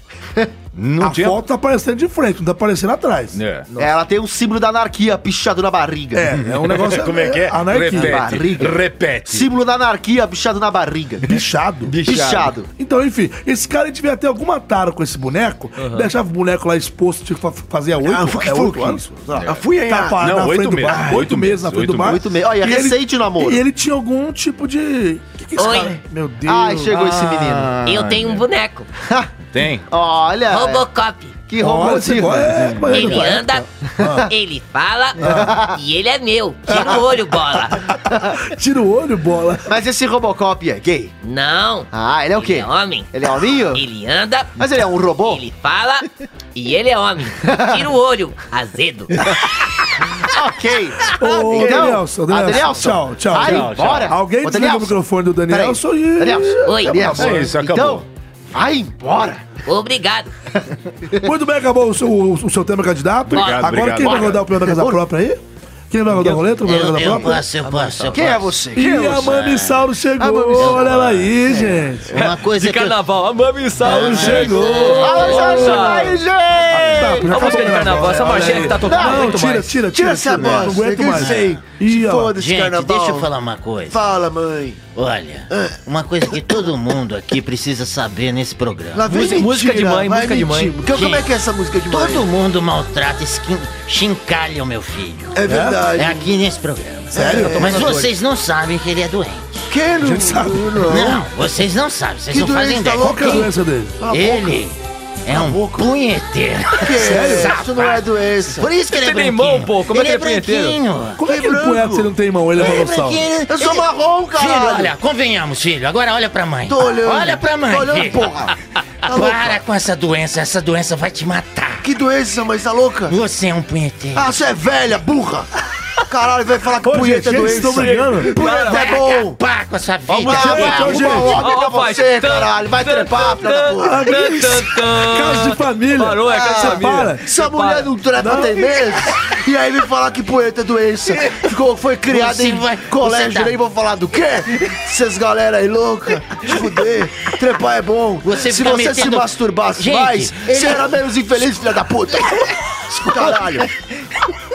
Não
A foto tá aparecendo de frente, não tá aparecendo atrás.
É.
Ela tem um símbolo da anarquia pichado na barriga.
É, é um negócio.
Como é que é?
Anarquia.
Repete.
Barriga.
Repete.
Símbolo da anarquia pichado na barriga.
Bichado.
Pichado.
Então, enfim, esse cara ele devia ter alguma tara com esse boneco, deixava o boneco lá exposto, tinha que fa- fazer há oito,
Ah, foi que
é
foi
oito
que-
anos.
Eu fui aí.
Tá parado
Não,
na
oito
frente do
meses.
bar.
Oito
Oito meses na
meses,
frente do
oito
bar.
meses.
Oito meses. Olha,
E ele-
recente o namoro.
E ele tinha algum tipo de... Que que é esse cara? Meu Deus.
Ai, Ah, chegou esse
Ah.
menino.
Eu tenho um boneco,
Tem.
Olha.
Robocop.
Que
Olha, você
robôzinho.
gosta- é, mas não
Ele
vai.
anda, ele fala e ele é meu. Tira o olho, bola.
Tira o olho, bola.
Mas esse Robocop é gay?
Não,
Ah, ele é o
ele
quê?
é homem.
Ele é hominho?
Ele anda,
Mas ele é um robô?
ele fala e ele é homem. Tira o olho, azedo.
Ah, Ok.
Ô,
Então,
Danielson,
ah,
Danielson.
Danielson.
Tchau, tchau.
Vai
tchau, tchau.
embora.
Alguém
Ô,
desliga o
Danielson.
microfone né? do Danielson e...
Danielson.
Oi.
Danielson.
É isso, acabou.
Então, vai embora.
Obrigado.
Muito bem, acabou o seu, o seu tema, candidato.
Obrigado,
Agora
obrigado.
quem vai
Bora.
rodar o programa da casa própria aí? Quem vai rodar a roleta? Vai
Eu,
rodar a
eu
própria?
posso, eu posso, eu
Quem é
posso.
você? Quem é
E a
você?
Mamisauro chegou,
Mamisauro.
olha ela aí, gente.
Uma coisa
De
que eu...
carnaval, a Mami Saulo chegou.
Fala, Jorge,
Olá.
vai, gente!
Tá, já
A
acabou
música de
o
carnaval, essa marchinha que tá tocando
Não,
muito
tira,
mais.
tira, tira,
Tira essa
tira, Não
bosta,
aguento
eu
mais.
sei.
Ih, ó.
Foda-se,
Gente,
carnaval.
deixa eu falar uma coisa.
Fala, mãe.
Olha, uma coisa que todo mundo aqui precisa saber nesse programa.
Lá vem
Música- música de mãe,
vai
música de mãe.
mentir. Que- como é que é essa música de mãe?
Todo mundo maltrata, esquin- chincalha o meu filho.
É verdade.
É aqui nesse programa.
Sério?
Mas vocês não sabem que ele é doente.
Que não, não.
Não, vocês não sabem, vocês
Que
não fazem
doença
ideia.
Qual que é a
Quem-
doença dele?
Ele é um punheteiro.
Que Sério? Isso não é doença.
Por isso que ele é
Tem
branquinho.
limão, pô, como é
ele
que ele é punheteiro?
branquinho.
Como é que ele punheta se ele não tem mão? Ele é
Ele é
Mamisauro.
branquinho.
Eu sou
Ele-
marrom,
Filho,
cara.
olha, convenhamos, filho. Agora olha pra mãe.
Tô olhando.
Olha pra mãe.
Tô olhando,
filho.
porra. Tá
Para
louca?
com essa doença, essa doença vai te matar.
Que doença, mãe? Tá louca?
Você é um punheteiro.
Ah, você é velha, burra. Caralho, vai falar que
Ô, gente,
punheta é
eles
doença.
estão brigando.
Punheta é bom.
Acabar com a sua vida.
Ah, vai arrumar ordem pra você, caralho. Vai trepar, filha da porra.
Caso de família.
Parou, é casa de
Ah, para.
família.
Essa mulher não trepa
Não.
tem meses. E aí me falar que punheta é doença. Ficou, foi criada
Você
em
vai- você
colégio,
tá-
nem vou falar do quê? Essas galera aí louca, de fuder. Trepar é bom.
Você
se
fica
você se
metendo-
masturbasse
Gente,
mais,
ele-
você era menos infeliz, filha da puta. Caralho.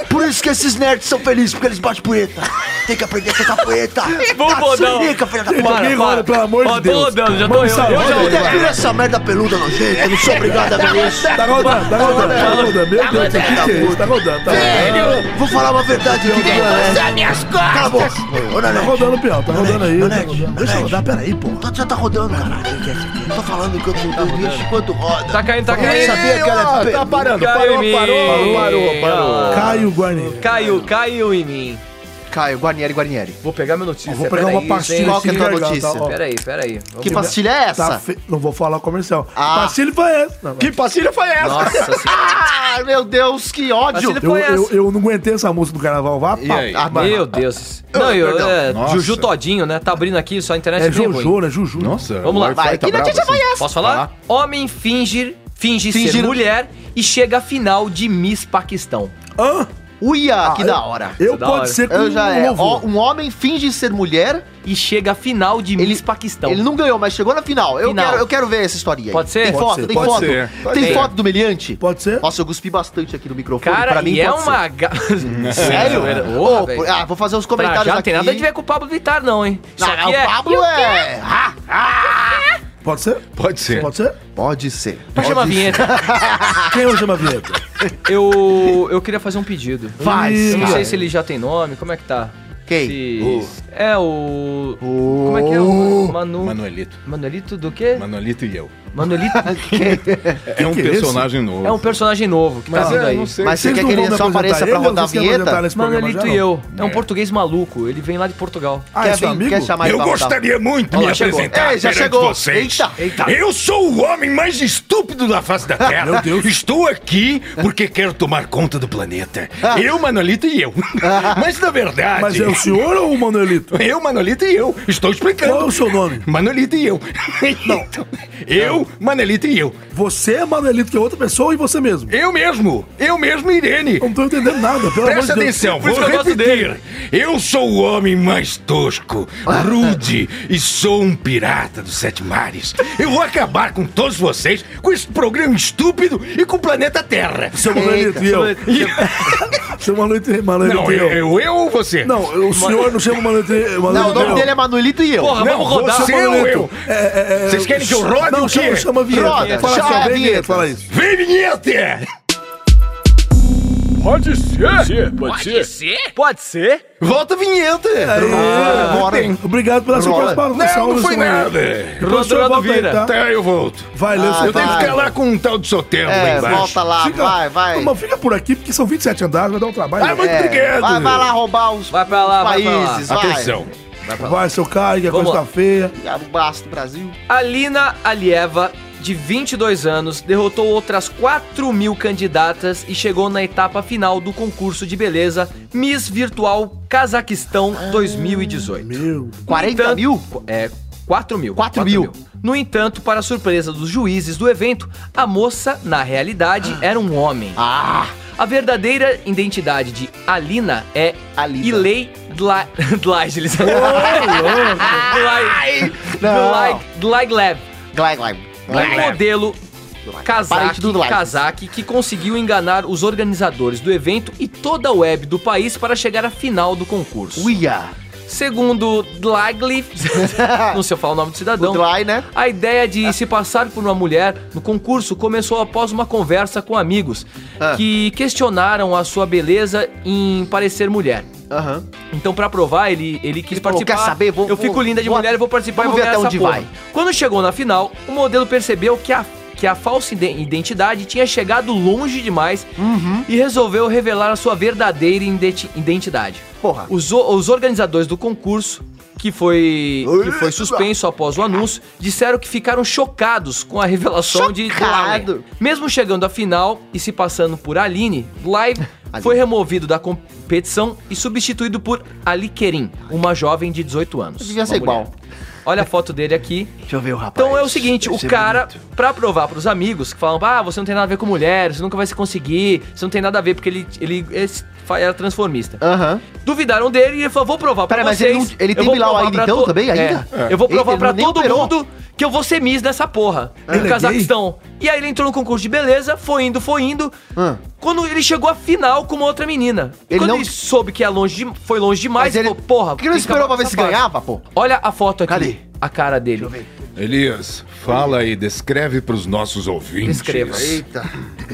Por isso que esses nerds são felizes, porque eles batem punheta. Tem que aprender a tocar punheta.
Vamos rodar.
Cacilica, filha da
Gente,
puta.
alguém roda, pelo amor
Ó,
de
tô
Deus.
rodando, já tô-
Mamisauro,
eu- eu já
roda.
Olha, Tira essa merda peluda, não, gente. Eu não sou obrigado a ver isso.
Tá rodando, tá rodando, tá rodando. Meu Deus, o que que é isso? Tá rodando, tá rodando.
Vou falar uma verdade aqui pra galera.
é.
Usar minhas
Cala a
costas.
boca. Ô,
Tá
Nanete.
rodando, Piau, tá rodando aí. tá
Nanete,
rodando. Deixa eu rodar, peraí, pô.
Tá- Já tá rodando,
é
caralho. Tô falando que eu
Tá
tô doente enquanto roda.
Tá caindo, tá
Eu
caindo.
sabia que ela é
Tá parando,
Caiu em mim.
parou, parou, parou, parou.
Caio Guarnini.
Caiu, caiu em mim.
Caio, Guarnieri, Guarnieri.
Tá
Vou pegar minha notícia.
Vou pegar
peraí,
uma pastilha
gente.
Qual que é a tua
legal,
notícia?
tá, ó.
Peraí, peraí.
Que pastilha é
Tá
essa?
fe- Não vou falar o comercial.
Ah.
Pastilha foi essa. Não, não.
Que pastilha foi essa?
Nossa senhora.
Ah, meu Deus, que ódio!
Assim,
Eu,
foi essa.
eu, eu não aguentei essa música do carnaval. Vá,
E
pá.
aí?
Ah, mano.
Meu Deus. Não, eu, é,
Nossa.
Juju Todinho, né? Tá abrindo aqui, só a internet
É
meio ruim.
Jojo, né? Juju.
Nossa,
Vamos lá.
o
Vai,
Wi-Fi tá
que
bravo,
notícia foi
assim.
Posso falar?
Tá.
Homem fingir, finge ser
Fingir-
mulher e chega à final de Miss Paquistão.
Hã?
Uia, que
Ah,
da hora!
Eu
é da hora.
pode ser com
Eu já é.
ovo.
Ó, um homem finge ser mulher,
E chega à final de
Ele-
Miss Paquistão.
ele não ganhou, mas chegou na final. Eu,
Então. Final.
Quero, eu quero ver essa historinha. aí.
Pode ser?
Tem
Pode
foto,
ser,
tem
pode
foto.
ser.
Tem
ser.
foto do meliante?
Pode ser?
Nossa, eu cuspi bastante aqui no microfone.
Cara,
pra mim
e é
pode ser.
uma... ga-
Sério?
Era-
Ô,
Porra,
pô,
velho.
ah, vou fazer os
Pra
comentários
já não
aqui.
tem nada a ver com o Pablo Vittar, não, hein? Isso
Não,
aqui
o
é...
Pablo é... Ah,
Pode ser?
Pode
É.
ser.
Pode ser?
Pode ser.
Pode chamar a vinheta.
Quem hoje chama a vinheta?
Eu, eu queria fazer um pedido.
Faz,
Eu Não
cara.
sei se ele já tem nome, como é que tá?
Quem?
Se- É o... Como é que é o... Manu...
Manuelito.
Manuelito do quê?
Manuelito e eu.
Manuelito...
É um
que é
personagem novo.
é um personagem novo que tá
Mas
vindo
é,
aí.
não sei.
Mas Ah, você
Vocês
quer
não
que
vão
ele
me
só
apresentar
apareça pra
ele?
rodar a
Vocês querem apresentar
vinheta?
nesse programa
Manuelito
já,
e
não?
eu. É um
É.
português maluco. Ele vem lá de Portugal.
Ah, é seu amigo?
quer chamar ele
Eu
pra rodar?
gostaria muito de
Olha
me
lá, chegou.
apresentar
Ei, já
perante
chegou.
vocês.
Eita, eita.
Eu sou o homem mais estúpido da face da Terra.
Meu Deus.
Estou aqui porque quero tomar conta do planeta. Eu, Manolito e eu. Mas na verdade...
Ah. Mas é o senhor ou o Manuelito?
Eu, Manolito e eu. Estou explicando.
Qual é o seu nome?
Manolito e eu. Não. eu, Manolito e eu.
Você é Manuelito, que é outra pessoa, e você mesmo.
Eu mesmo. Eu mesmo, Irene.
Eu não tô entendendo nada, pelo amor de Deus.
Presta atenção,
Por isso
vou
que eu gosto
repetir. Eu sou o homem mais tosco,
Ah.
rude e sou um pirata dos sete mares. Eu vou acabar com todos vocês, com esse programa estúpido e com o planeta Terra.
Seu Manuelito e eu. Seu Manuelito e
Não,
Manuelito e
eu,
eu.
eu, eu ou você?
Não, o senhor não chama Manuelito e
Não, o nome dele é Manuelito e eu.
Porra,
Não,
vamos rodar.
você
vamos-
ou eu?
Manuelito. É, é, é,
Vocês querem que eu rode
Não,
o quê?
chama, chama a vinheta.
Roda,
fala
chama
só,
a
vem a
vinheta.
vinheta, fala isso.
Vem, vinheta! Pode ser.
Pode ser?
Pode ser?
Volta a vinheta.
bora.
Obrigado pela sua
Roda.
participação.
Não, não foi
Luciano.
nada.
O Então, senhor
Rodando
volta aí,
vira.
tá?
É. Tá, eu volto.
Vai, Lê,
Eu tenho que
vai.
ficar lá com um tal de Sotelo lá
É,
embaixo.
volta lá, vai, vai.
Não, mas fica por aqui, porque são 27 andares, vai dar um trabalho.
Ah, muito
É,
obrigado.
Vai, vai lá roubar os
Vai pra lá, vai pra lá.
países, vai. Ah,
Atenção.
Vai, seu Caio, que a
Vamos
coisa tá feia.
O Basto, Brasil.
Alina Alieva, de 22 anos, derrotou outras 4 mil candidatas e chegou na etapa final do concurso de beleza Miss Virtual Cazaquistão
Ah.
2018.
Meu.
40
Então-
mil?
É, 4 mil.
4
4
mil.
No entanto, para surpresa dos juízes do evento, a moça, na realidade, era um homem.
Ah,
A verdadeira identidade de Alina é
Alida.
né?
Ilei Dla- Dlagelis.
Não.
Dlaig- Dlaiglev.
Glai, glai.
Um modelo
Parente do
casaque,
Dlaig.
casaque que conseguiu enganar os organizadores do evento e toda a web do país para chegar à final do concurso.
Uia.
Segundo Dlaiglev, não sei eu falar o nome do cidadão,
Glai, né?
a ideia de se passar por uma mulher no concurso começou após uma conversa com amigos
Ah.
que questionaram a sua beleza em parecer mulher.
Aham.
Então, pra provar, ele, ele quis
Ele falou,
participar.
"Quer saber? Vou-
eu fico
vou-
linda de
vou-
mulher, eu vou participar
vamos
e vou
ver
ganhar essa
até onde
porra.
vai.
Quando chegou na final, o modelo percebeu que a, que a falsa ide- identidade tinha chegado longe demais
Uhum.
e resolveu revelar a sua verdadeira identi- identidade.
Porra.
Os, o- os organizadores do concurso, que foi, que foi suspenso após o anúncio, disseram que ficaram chocados com a revelação de do Allen.
Chocado.
Mesmo chegando à final e se passando por Aline, Live foi removido da competição e substituído por Ali Kerim, uma jovem de 18 anos.
Devia ser
Uma mulher.
igual.
Olha a foto dele aqui.
Deixa eu ver o rapaz.
Então é o seguinte,
Deve
o
ser
cara,
bonito.
pra provar pros amigos que falam, ah, você não tem nada a ver com mulher, você nunca vai se conseguir, você não tem nada a ver, porque ele, ele, esse fa- era transformista.
Aham.
Duvidaram dele e ele falou, vou provar pra
Pera, mas
vocês.
ele não- ele
eu
tem
vou
Bilal
provar
ainda
pra
então também,
É.
ainda?
Eu vou
Ele-
provar
ele
pra
nem
todo
operou.
mundo que eu vou ser Miss nessa porra.
Ele
no
é
Cazaquistão. E aí ele entrou no concurso de beleza, foi indo, foi indo.
Ah.
Quando ele chegou à final com uma outra menina. E
Ele
quando
não-
ele soube que é longe de- foi longe demais,
Mas ele-
falou, porra...
Por que não
tem
esperou pra
acabar
ver
com
se
essa fase.
ganhava, pô?
Olha a foto aqui.
Cadê?
A cara dele.
Elias, fala aí, descreve pros nossos ouvintes.
Descreva.
Eita,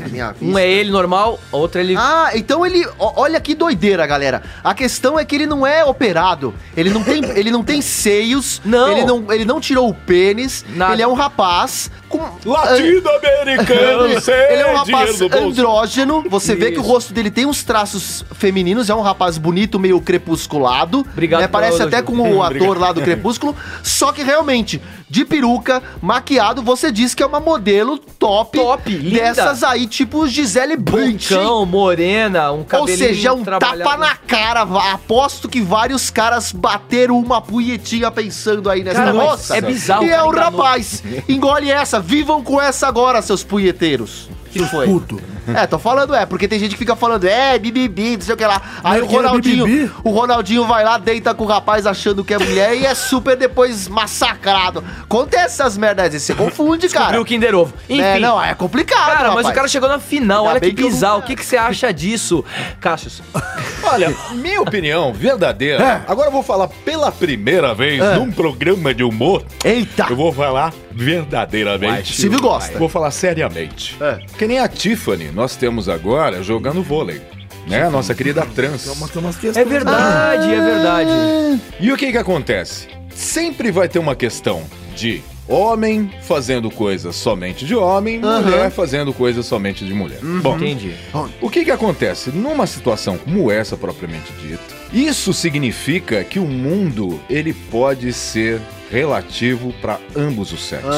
a minha vida.
Um é ele normal, a outra ele.
Ah, então ele. ó, Olha que doideira, galera. A questão é que ele não é operado. Ele não tem, ele não tem seios.
Não.
Ele não, ele não tirou o pênis.
Nada.
Ele é um rapaz com.
Latino-americano, sem
Ele é um
dinheiro
rapaz
no bolso.
andrógeno. Você vê que o
Isso.
rosto dele tem uns traços femininos. É um rapaz bonito, meio crepusculado. né?
Obrigado pela
Parece até
elogio.
com o ator lá do Crepúsculo. Só que realmente, de peruca, maquiado, você diz que é uma modelo top.
Top, linda.
Dessas aí, tipo Gisele Bündchen.
Buncão, morena, um
Ou
cabelinho
seja, é um
trabalhado.
tapa na cara. va- Aposto que vários caras bateram uma punhetinha pensando aí nessa
Cara, mas
moça.
é bizarro,
E é
cara,
um
enganou.
rapaz. Engole essa. Vivam com essa agora, seus punheteiros.
que foi?
Puto.
É, tô falando, é, porque tem gente que fica falando, é, bibibi, não sei o que lá. Aí
Mas
o
que era
Ronaldinho,
bibibi?
o Ronaldinho vai lá, deita com o rapaz achando que é mulher e é super depois massacrado. Acontece essas merdas aí, você confunde,
Abriu
cara.
o Kinder Ovo. Enfim.
É, não, é complicado,
Cara, mas
rapaz.
o cara chegou na final,
Ainda
olha que
bem que eu não-
bizarro. O que, que você acha disso, Cassius?
Olha, minha opinião verdadeira. Agora eu vou falar pela primeira vez num programa de humor.
Eita!
Eu vou falar verdadeiramente.
Silvio gosta.
Vou falar seriamente.
É.
Que nem a Tiffany, nós temos agora jogando vôlei. Né? A nossa querida trans.
Mas tem umas questões.
É verdade, é verdade.
E o que que acontece? Sempre vai ter uma questão de homem fazendo coisas somente de homem, mulher fazendo coisas somente de mulher. Bom,
Entendi.
o que que acontece? Numa situação como essa propriamente dita, isso significa que o mundo ele pode ser relativo para ambos os sexos.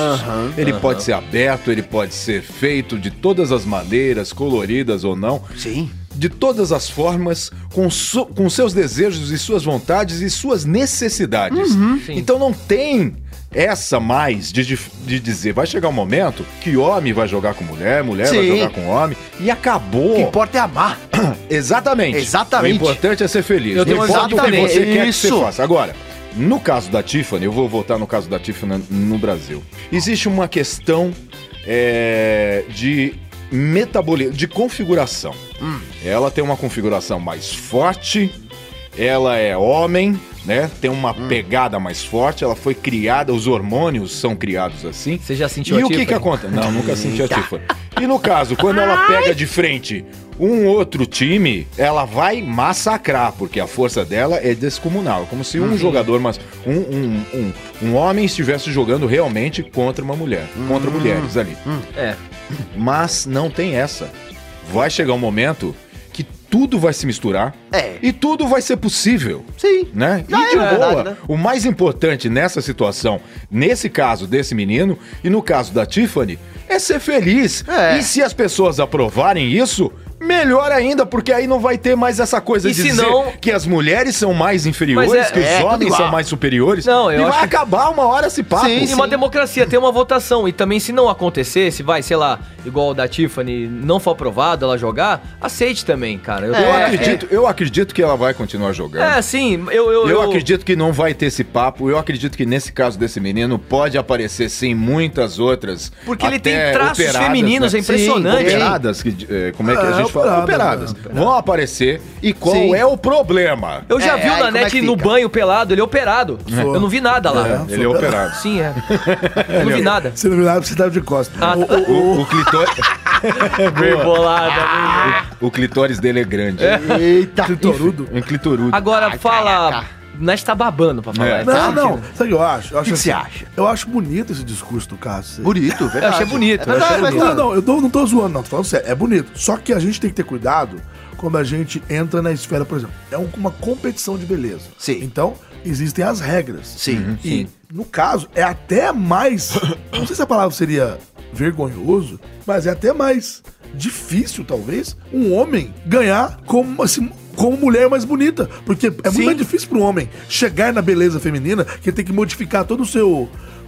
ele pode ser aberto, ele pode ser feito de todas as maneiras, coloridas ou não.
Sim.
De todas as formas, com, su- com seus desejos e suas vontades e suas necessidades.
Uhum.
Sim.
Então não tem essa mais de, dif- de dizer, vai chegar um momento que homem vai jogar com mulher, mulher vai
Sim.
jogar com homem, e acabou.
O que importa é amar.
Exatamente.
Exatamente.
O importante é ser feliz.
Eu
Eu
tenho
não importa o que
exatamente
você quer que você
isso.
faça. Agora, no caso da Tiffany, eu vou voltar no caso da Tiffany no Brasil. Existe uma questão é, de metabolismo, de configuração.
Hum.
Ela tem uma configuração mais forte, ela é homem, né? Tem uma
Hum.
pegada mais forte, ela foi criada, os hormônios são criados assim.
Você já sentiu
E
a
o que que
Tiffany?
acontece? Não, nunca senti a Tiffany. E no caso, quando ela pega de frente um outro time, ela vai massacrar, porque a força dela é descomunal. Como se um jogador, mas um, um, um, um homem estivesse jogando realmente contra uma mulher, contra mulheres ali.
É.
Mas não tem essa. Vai chegar um momento que tudo vai se misturar
É.
e tudo vai ser possível
Sim.
né?
Ah,
e de
é verdade,
boa.
né?
O mais importante nessa situação, nesse caso desse menino e no caso da Tiffany, é ser feliz.
É.
E se as pessoas aprovarem isso, Melhor ainda, porque aí não vai ter mais essa coisa
E
de
se
dizer
não-
que as mulheres são mais inferiores,
Mas é-
que os
é,
tudo
homens
igual.
são mais superiores.
Não, eu
e
acho
vai
que-
acabar uma hora esse papo.
e uma democracia, tem uma votação. E também, se não acontecer, se vai, sei lá, igual o da Tiffany, não for aprovado ela jogar, aceite também, cara. Eu,
Eu, acredito, eu acredito que ela vai continuar jogando.
É, sim, eu. Eu,
Eu, acredito que não vai ter esse papo. Eu acredito que nesse caso desse menino pode aparecer sim muitas outras.
Porque ele
até né?
tem traços femininos, é
Sim,
impressionante.
operadas, que, eh, como é que a
Ah,
gente fala?
operadas,
Operadas. né? Vão aparecer. E qual
Sim.
é o problema?
Eu já
É,
vi o
aí como é
Nanete
que
no
fica?
banho pelado, ele é operado. Eu não vi nada lá.
Ele é operado.
Sim, é. não vi nada.
Se não me lembra, você tava de costas.
Ah,
O- o-
O, o, clitóris,
Bem bolada.
o clitóris dele é grande.
Eita.
Torudo.
Um clitorudo.
Agora fala. Nós tá babando pra falar.
É.
isso.
Não, não. Sabe o que eu acho? O
que você acha?
Eu acho bonito esse discurso do Cássio. Sim.
Bonito, velho.
Eu achei bonito. eu achei
Não,
é bonito.
ah, não, não, eu tô- não tô zoando, não. Tô falando sério. É bonito. Só que a gente tem que ter cuidado quando a gente entra na esfera, por exemplo. É um- uma competição de beleza.
Sim.
Então, existem as regras. Uhum,
Sim.
E, no caso, é até mais. Não sei se a palavra seria vergonhoso, mas é até mais difícil, talvez, um homem ganhar como uma. assim, como mulher mais bonita. Porque é muito mais difícil para um homem chegar na beleza feminina, que ele tem que modificar todo o seu.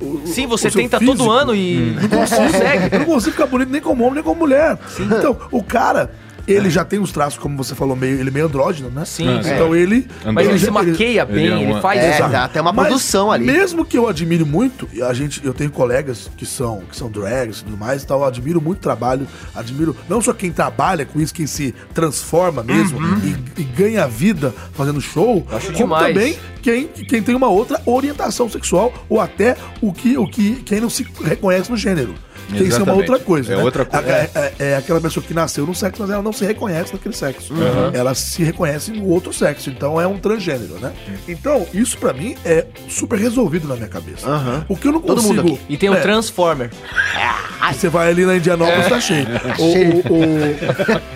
o- o-
Sim, você
o seu
tenta todo
físico.
ano
Hum.
e.
Não consegue. Eu não consigo ficar bonito nem como homem, nem como mulher. Então, o cara, ele já tem os traços, como você falou, meio, ele é meio andrógino, né?
Sim. é.
Então ele.
Mas ele
Andrógino.
se maqueia
ele
bem,
é
ele
uma-
faz.
É,
isso.
dá até uma
Mas
produção ali.
Mesmo que eu admire muito, e a gente, eu tenho colegas que são, que são drags e tudo mais, e tal, eu admiro muito o trabalho, admiro não só quem trabalha com isso, quem se transforma mesmo
Uhum.
e, e ganha vida fazendo show, como
demais.
também quem, quem tem uma outra orientação sexual ou até o que, o que quem não se reconhece no gênero. Tem que ser uma
Exatamente.
outra coisa.
É
né?
outra coisa.
A- é, é- é aquela pessoa que nasceu num sexo, mas ela não se reconhece naquele sexo. Ela se reconhece no outro sexo. Então é um transgênero, né? Então, isso pra mim é super resolvido na minha cabeça. O que eu não
Todo
consigo.
mundo
E tem um
é,
Transformer.
Você vai ali na Indianópolis,
É.
tá cheio. O, o- o-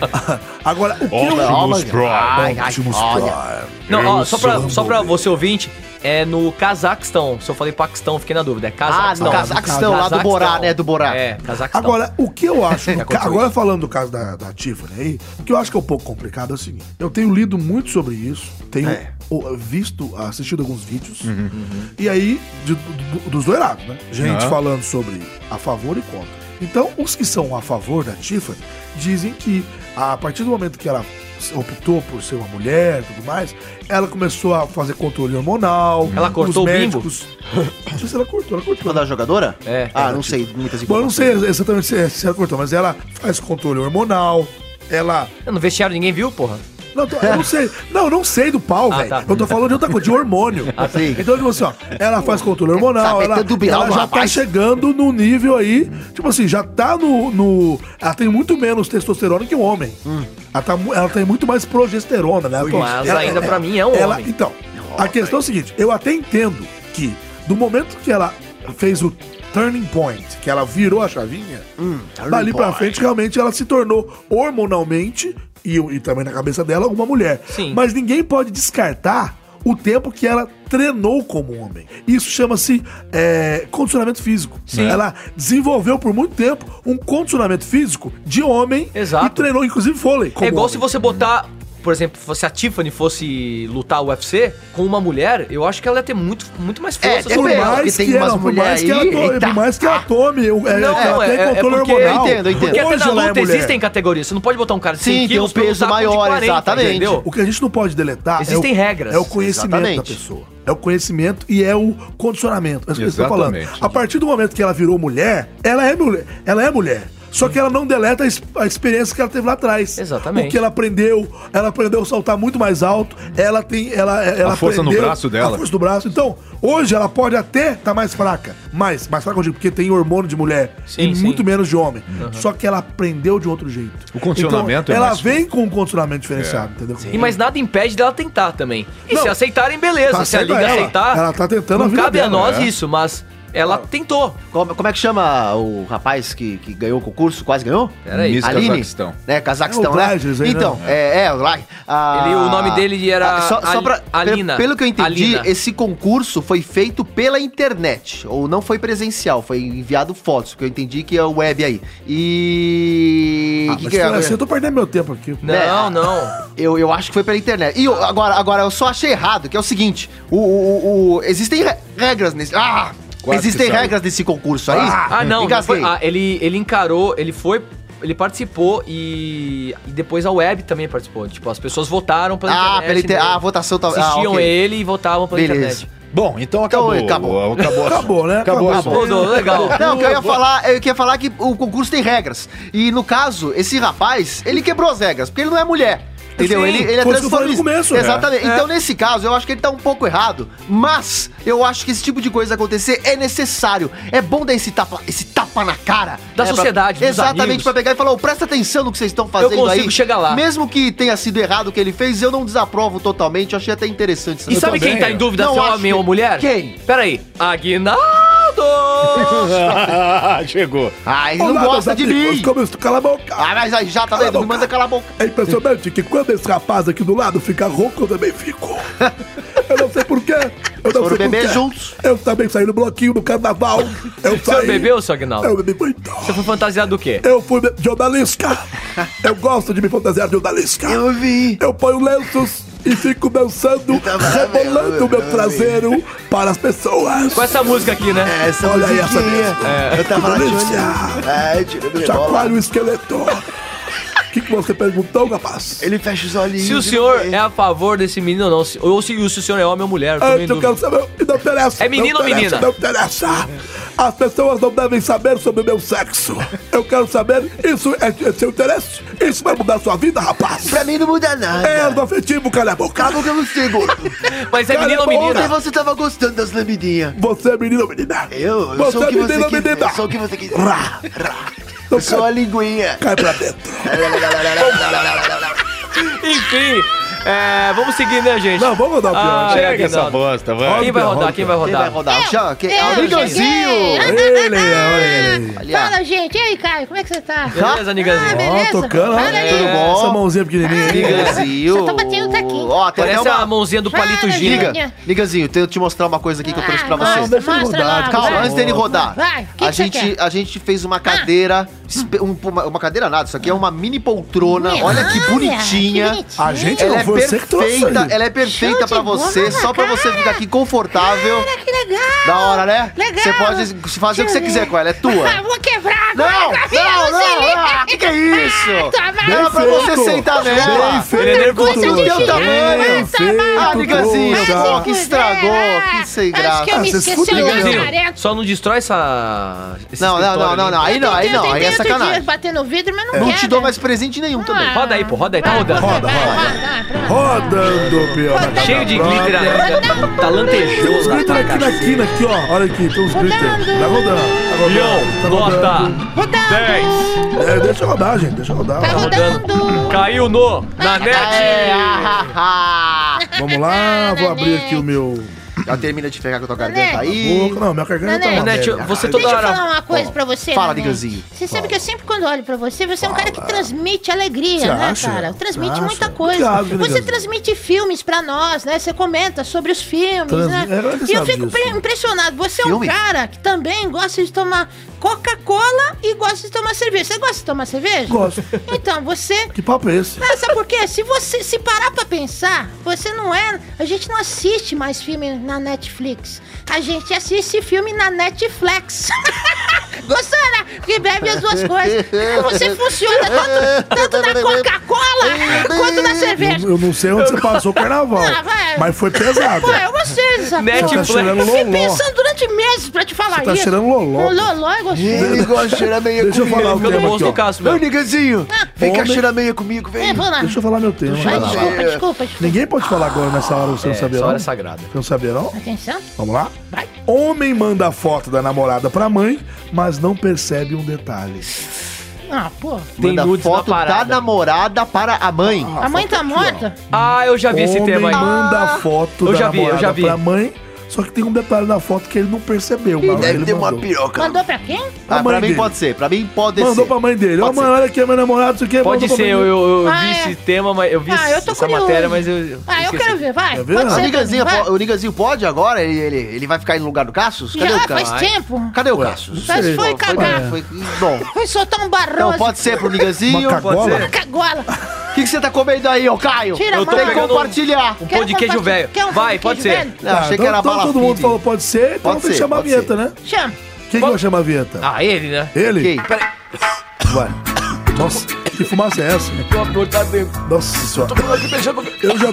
Agora, o que
Optimus
eu.
Prime. Ai, ai,
Optimus
olha.
Prime.
Não, ó, só pra,
sou
só pra você ouvinte, é no Cazaquistão. Se eu falei Paquistão, fiquei na dúvida. É
Ah,
Cazaquistão.
no Cazaquistão, lá do Borá, né? Do Borá.
É, Cazaquistão.
Agora, o que eu acho.
Já
do ca-
aconteceu
Agora, falando do caso da, da Tiffany aí, o que eu acho que é um pouco complicado é o seguinte: eu tenho lido muito sobre isso, tenho
É.
o- visto, assistido alguns vídeos,
Uhum,
e aí, de- do- dos dois lados, né? Gente falando sobre a favor e contra. Então, os que são a favor da Tiffany dizem que a partir do momento que ela optou por ser uma mulher e tudo mais, ela começou a fazer controle hormonal.
Ela cortou o bimbo?
bimbo? Não sei se ela cortou, ela cortou.
Quando da jogadora?
É.
Ah, não sei. Muitas
Bom, eu não sei exatamente se, é- se ela cortou, mas ela faz controle hormonal, ela.
No vestiário ninguém viu, porra.
Não, eu tô- eu não sei. Não, eu não sei do pau,
Ah,
velho.
tá. Ah,
Eu tô falando de outra coisa, de hormônio.
sim.
Então, tipo assim, ó, ela faz controle hormonal,
é
Tá
ela,
metendo o bilhão
ela
no
já tá
rapaz.
chegando no nível aí. Tipo assim, já tá no. no- ela tem muito menos testosterona que um homem. Ela, tá mu- ela tem muito mais progesterona, né? Ela tem-
Hum. mas
ela-
ainda pra mim é um
ela-
homem.
Então, a questão é o seguinte: eu até entendo que do momento que ela fez o turning point, que ela virou a chavinha,
Hum.
dali pra frente realmente ela se tornou hormonalmente e, e também na cabeça dela uma mulher.
Sim.
Mas ninguém pode descartar o tempo que ela treinou como homem. Isso chama-se é, condicionamento físico. Ela desenvolveu por muito tempo um condicionamento físico de homem e
Exato.
treinou inclusive vôlei. como
é igual
homem.
se você botar. Por exemplo, se a Tiffany fosse lutar UFC com uma mulher, eu acho que ela ia ter muito, muito mais força.
É,
Por
sobre
mesmo,
ela.
porque
mais,
tem
que
umas
ela, por, mais
mulher
que ela
aí,
tome,
eita.
por mais que ela tome, o- é,
ah. Não,
que ela
é,
tem
é,
controle
é porque-
hormonal.
Eu entendo, eu entendo.
Porque até
Hoje
na
ela é
luta
mulher.
existem categorias. Você não pode botar um cara de 100
Sim, tem
quilos
um
pra
peso
lutar com um de
maior,
40,
exatamente.
Entendeu?
O que a gente não pode deletar
Existem
é o,
regras.
É o conhecimento da
Exatamente.
pessoa. É o conhecimento e é o condicionamento. É isso que eu estou falando.
Exatamente.
A partir do momento que ela virou mulher, ela é mulher. Ela é mulher. Só que ela não deleta a, ex- a experiência que ela teve lá atrás.
Exatamente.
O que ela aprendeu, ela aprendeu a saltar muito mais alto, ela tem. Ela, ela
força no
aprendeu
braço dela.
A força do braço. Então, hoje ela pode até estar mais fraca. Mas, mais fraca eu digo, porque tem hormônio de mulher
Sim,
e
sim. Uhum.
muito menos de homem. Só que ela aprendeu de outro jeito.
O condicionamento é
ela
mais-
vem com um condicionamento diferenciado,
É.
entendeu? Tá
E mas nada impede dela tentar também. E
Não.
se aceitarem, beleza.
Tá
se a
certa
liga
ela.
aceitar.
Ela tá tentando a
Não
vida
cabe a
dela,
nós
é.
isso, mas Ela
Ah.
tentou.
Como, como é que chama o rapaz que, que ganhou o concurso? Quase ganhou?
Peraí.
Miss
Aline?
Cazaquistão.
É, Cazaquistão,
É, o
né?
Drages aí,
então, é, é, lá. a-
Ele- o nome dele era
Ah, só, só
Al-
pra,
Alina.
pe- Pelo que eu entendi,
Alina.
esse concurso foi feito pela internet. Ou não foi presencial, foi enviado fotos, que eu entendi que é web aí. E.
Ah,
que
mas
que é?
se for assim, eu tô perdendo meu tempo aqui.
Não, não.
Eu, eu acho que foi pela internet. E eu- agora, agora eu só achei errado, que é o seguinte: o, o- o- o- existem re- regras nesse. Ah!
Quase
existem
que saiu.
regras desse concurso aí? assim.
Ah, não. não
Engasguei.
foi- ah, ele, ele encarou, ele foi. Ele participou e, e depois a web também participou. Tipo, as pessoas votaram pela
Ah,
internet.
pela inter...
entendeu?
ah, a votação tá.
Assistiam
ah, ok.
ele e votavam pela
Beleza.
internet.
Bom, então
Então,
acabou.
acabou.
Acabou, a-
Acabou, né?
Acabou,
Acabou.
a-
Pô, Dô, legal.
Não, o que eu ia falar, eu queria falar que o concurso tem regras. E no caso, esse rapaz, ele quebrou as regras, porque ele não é mulher. Entendeu?
Sim,
ele, ele é
foi isso que eu falei no
transformista.
começo, né?
Exatamente.
É.
Então, nesse caso, eu acho que ele tá um pouco errado, mas eu acho que esse tipo de coisa acontecer é necessário. É bom dar esse tapa, esse tapa na cara.
Da
né, pra-
sociedade, dos
Exatamente,
amigos.
pra pegar e falar, "Ô, presta atenção no que vocês estão fazendo aí.
consigo chegar lá.
Mesmo que tenha sido errado o que ele fez, eu não desaprovo totalmente, eu achei até interessante. essa
E sabe
também,
quem tá em
eu-
dúvida
Não
se é
acho
homem
que-
ou mulher?
Quem?
Peraí. Aguinaldo!
Chegou.
Ah, ele
Olá,
não
meus
gosta de
amigos,
mim.
assim, Como eu estou, cala a boca.
Ah, mas aí já tá
Cala a
vendo, me
boca.
manda calar a boca.
É impressionante que quando esse rapaz aqui do lado fica rouco, eu também fico. Eu não sei porquê. Eu não
Foram
sei
beber
porquê.
juntos.
Eu também saí no bloquinho do carnaval. Eu
Você
saí.
bebeu, seu Aguinaldo?
Eu bebi muito.
Você foi fantasiado do quê?
então. Eu fui de odalisca. Eu gosto de me fantasiar de odalisca. Eu vi. Eu ponho lenços e fico dançando, rebolando o
assim.
meu traseiro para as pessoas.
Com essa música aqui, né?
É, Essa
Olha aí essa Tá
musiquinha.
mesmo.
É.
Eu tava lá de
Delícia.
olho. Ai, tirou minha bola.
Chacoalho o esqueleto. O que, que você perguntou, rapaz?
Ele fecha os olhinhos.
Se o senhor é a favor desse menino ou não, se- ou se, ou se o senhor é homem ou mulher, eu
tá
também
Antes Ah, eu
dúvida.
quero saber. e Não interessa.
É menino
não
ou
interessa,
menina?
Não interessa. As pessoas não devem saber sobre o meu sexo. Eu quero saber. Isso é, é seu interesse? Isso vai mudar sua vida, rapaz?
Pra mim não muda nada.
É do afetivo, cala a boca.
Acabou que eu não sei, gordo.
Mas é
Cara,
menino ou
Ontem
menina?
você tava gostando das lambidinhas.
Você é menino ou menina?
Eu, eu
você
sou o
é
que você
menino ou
quiser.
menina?
Eu sou o que você quiser.
Rá,
Eu sou a linguinha.
Cai pra dentro.
Enfim, é, vamos seguir, né, gente?
Não, vamos rodar o pior.
Ah,
Chega
Aguinaldo.
essa bosta, vai.
Quem vai
Roda,
rodar?
roda.
Quem vai
Quem vai
rodar?
rodar? Já, quem-
eu
Ah, o Niganzinho!
cheguei.
Ele, olha ele.
Aliás,
Fala, gente. E aí, Caio, como é que você tá?
Beleza,
Ah,
Niganzinho?
beleza.
Ó, tocando, ó.
Fala aí.
Tudo bom?
Essa mãozinha pequenininha.
Niganzinho!
Só tô batendo taquinho.
Ó, tem até
Parece é a
uma...
mãozinha do Palito
Fala,
Giga.
Niga.
Liga, Ligazinho, tenho te mostrar uma coisa aqui que eu trouxe pra
Ah, mostra,
vocês.
deixa ele
mostra
rodar,
logo,
Calma,
vai.
antes dele rodar.
Vai, o que
a,
que você
gente,
quer? Ah.
a gente fez uma cadeira. espe- um- uma, uma cadeira nada, isso aqui é uma mini poltrona. Ah, Olha que
que
bonitinha.
bonitinha.
A gente
Ela
não
é
foi você que trouxe.
perfeita, ela é perfeita
Show
pra
de
você,
bola,
só pra você
cara.
ficar aqui confortável.
Cara, que legal.
Da hora, né?
Legal.
Você pode fazer o que você
Deixa eu
quiser
ver.
com ela, é
Ah,
tua.
vou quebrar agora
Não,
com a minha
não, não,
auxílio.
ah, que que é isso?
Ah, toma
Dá
lá.
pra
feito.
você sentar nela.
Ele é nervoso.
Coisa de
teu
girar,
tamanho.
vai tomar.
Ah, Ligazinho,
Vai se
tá
pô, que
fuder,
estragou,
ah.
que sem
Acho que
graça.
eu
Ah,
me
você se
esqueci o
fudeu,
celular,
Ligazinho.
careca.
Só não destrói essa. esse
Não, não, não,
escritório
não,
ali.
não. Aí não, aí não, aí é
Eu tentei outro dia
sacanagem.
bater no vidro, mas não
Não
quero. né?
te dou mais presente nenhum também.
Ah.
Roda aí, pô, roda aí, tá
Vai,
rodando.
vai,
Roda,
vai,
roda.
roda, roda.
Rodando o pior.
Cheio de glitter ainda. Tá
Tem uns
lantejoso.
glitter aqui na quina, aqui, ó. Olha aqui, tem uns glitter. Tá rodando. Tá rodando. tá
Leão,
rodando.
nota
Rodando.
É, deixa eu rodar, gente. Deixa eu rodar.
Tá
rodando.
rodando.
Caiu no. Na
É,
net.
ah, ah, ah.
Vamos lá,
né?
vou abrir aqui o meu.
Já termina de pegar com a tua garganta aí.
Boca. Não, minha garganta tá
Nanete,
uma
Nanete,
merda.
Né, você
Ai,
toda
Deixa eu
hora.
falar uma coisa pra você,
Fala,
Nanete.
Niganzinho.
Você sabe que eu sempre quando olho pra você, você é um cara que transmite alegria,
Você
né,
acha?
cara? Transmite
Você
muita
acha?
coisa.
Obrigado,
você
Niganzinho.
transmite filmes pra nós, né? Você comenta sobre os filmes,
Trans-
né?
É, ele
E eu
sabe
fico
disso.
pre- impressionado. Você
Filmes?
é um cara que também gosta de tomar Coca-Cola e gosta de tomar cerveja. Você gosta de tomar cerveja?
Gosto.
Então, você
Que papo é esse?
Ah, sabe por quê? Se você se parar pra pensar, você não é. A gente não assiste mais filme na Netflix. A gente assiste filme na Netflix. Gostou, né? Porque bebe as duas coisas. Então Você funciona tanto, tanto na Coca-Cola quanto na cerveja.
Eu, eu não sei onde você passou o carnaval,
Ah, vai.
mas foi pesado.
Pô, é tipo eu gostei dessa
Net-
Você tá
Netflix.
cheirando
Eu fiquei
loló.
pensando durante meses pra te falar
Você tá
isso.
cheirando loló.
Um loló eu gostei.
Ele gosta de cheirar meia
Deixa eu
comigo.
falar o
Fica no
tema
bolso
aqui,
do
ó.
Cássio
Ô,
mesmo.
Niganzinho, vem cá
Ah, Homem-
cheirar meia comigo,
É,
vem.
vamos lá.
Deixa eu falar meu tema.
Vai,
vai lá.
desculpa, desculpa, desculpa.
Ninguém pode falar agora nessa hora, você não sabia
Essa
não?
hora é
Você
sagrada.
não sabia não?
É.
Atenção.
Vamos lá?
Vai.
Homem manda foto da namorada pra mãe, mas não percebe um detalhe.
Ah, pô.
Tem
Manda
nudes na
foto da
parada.
namorada para a mãe.
A mãe tá morta?
Ah, eu já vi esse
Homem
tema aí.
manda foto
Ah.
Eu
da
já vi, eu
namorada
já vi.
pra mãe, Só que tem um detalhe na foto que ele não percebeu. mas
Deve
ele
ter uma
mandou.
piroca.
Mandou pra quem?
A
Ah,
mãe
pra mim
dele.
pode ser, pra mim pode ser.
Mandou pra mãe dele. Ó,
Pode
mãe,
ser.
olha aqui, é meu namorado, isso aqui.
Pode
mandou pra
ser,
mãe
eu,
dele.
eu- eu
Ah,
vi
é.
esse tema, mas eu vi
Ah, eu tô
essa
curioso.
matéria, mas eu. eu
Ah, eu
esqueci.
quero ver, vai.
Quer ver?
Pode
O
ser.
Niganzinho,
vai.
po- o Niganzinho pode agora? Ele, ele, ele vai ficar no lugar do Cassius? Cadê
Já
o
Ah, faz
Cassius?
tempo.
Cadê o Cassius?
Mas foi
Foi,
cagar.
foi, bom.
Foi soltar um barroso.
Então pode ser pro
Uma
Niganzinho.
cagola?
Uma Cagola.
O que, que você tá comendo aí, ô Caio?
Tira a mão.
Tem que
pegando um-
compartilhar.
Um pão de queijo velho.
Quer um pão
Vai,
de
pode
queijo
ser.
velho?
Não, Ah, achei que era
então
bala
todo mundo
fide.
falou pode ser, então
Pode
tem que
ser,
chamar a
pode
vinheta,
ser.
né?
Chama.
Quem que vai chamar a vinheta?
Ah, ele, né?
Ele?
Ok.
Ué. Nossa, que fumaça é essa? Nossa senhora. Eu já tô, eu já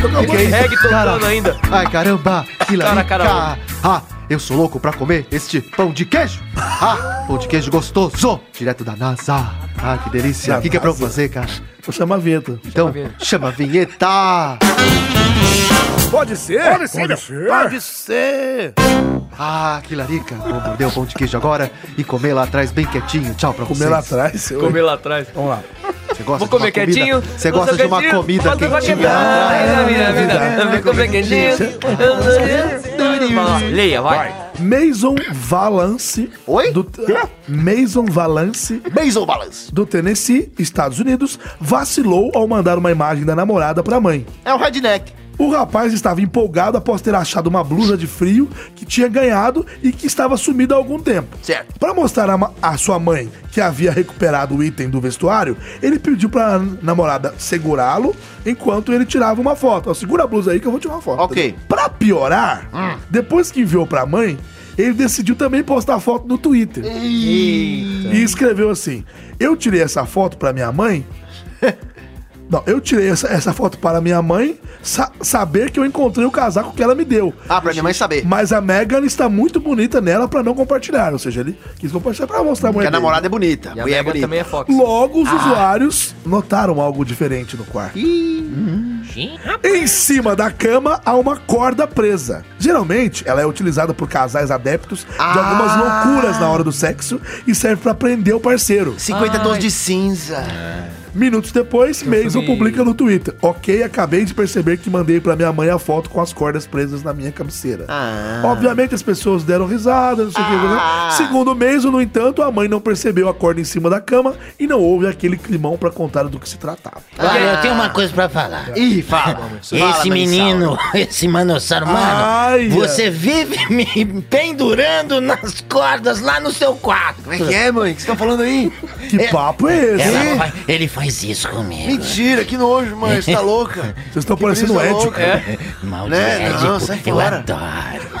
tô com a boca.
Reggae tocando ainda.
Ai, caramba, que
Cara,
larica.
cara.
Ah, eu sou louco pra comer este pão de queijo. Ah, pão de queijo gostoso, direto da NASA. Ah, que delícia.
Da
O que, que é pra eu
NASA.
fazer, cara?
Vou chamar a vinheta.
Então, chama a vinheta.
Pode ser? Pode ser, pode ser. Pode ser.
Ah, que larica. Vou morder o pão de queijo agora e comer lá atrás bem quietinho. Tchau pra
Comer
vocês.
lá atrás.
Comer lá atrás.
Vamos lá.
Você gosta
Vou comer
de uma comida-
quietinho.
Você gosta de uma comida quentinha. é
Ah, vida, vida.
Ah,
Vou comer quietinho. Vai lá, Leia, vai.
Mason Valance.
Oi?
Do, Mason Valance
Mason Balance.
do Tennessee, Estados Unidos, vacilou ao mandar uma imagem da namorada pra mãe.
É um redneck.
O rapaz estava empolgado após ter achado uma blusa de frio que tinha ganhado e que estava sumida há algum tempo.
Certo.
Para mostrar à ma- à sua mãe que havia recuperado o item do vestuário, ele pediu para namorada segurá-lo enquanto ele tirava uma foto. Ó, segura a blusa aí que eu vou tirar uma foto.
Ok.
Para piorar, depois que enviou para a mãe, ele decidiu também postar a foto no Twitter. E escreveu assim: Eu tirei essa foto para minha mãe. Não, eu tirei essa, essa foto para minha mãe sa- saber que eu encontrei o casaco que ela me deu.
Ah, pra minha mãe saber.
Mas a Megan está muito bonita nela para não compartilhar. Ou seja, ele quis compartilhar para mostrar a mulher.
Porque a
dele.
namorada é bonita.
E
A
a
mulher é
Megan
bonita.
também é Fox.
Logo, os usuários notaram algo diferente no quarto. Em cima da cama há uma corda presa. Geralmente, ela é utilizada por casais adeptos de algumas loucuras na hora do sexo e serve para prender o parceiro.
50 tons de cinza.
Minutos depois, Mason
vi.
publica no Twitter. Ok, acabei de perceber que mandei pra minha mãe a foto com as cordas presas na minha cabeceira.
Ah.
Obviamente as pessoas deram risada, não sei o que. né? Segundo Mason, no entanto, a mãe não percebeu a corda em cima da cama e não houve aquele climão pra contar do que se tratava.
Olha, eu tenho uma coisa pra falar.
Ih, fala.
Esse menino, esse manossauro, mano,
Ai,
você vive me pendurando nas cordas lá no seu quarto.
Como é que é, mãe? O que vocês estão falando aí?
Que papo é esse?
Ela
hein?
fa- ele faz isso comigo.
Mentira, que nojo, mãe. Você tá louca?
Vocês estão parecendo
é
brisa
ético.
louca.
Maldito, Tipo,
Né? Não, sai
eu
fora.
adoro.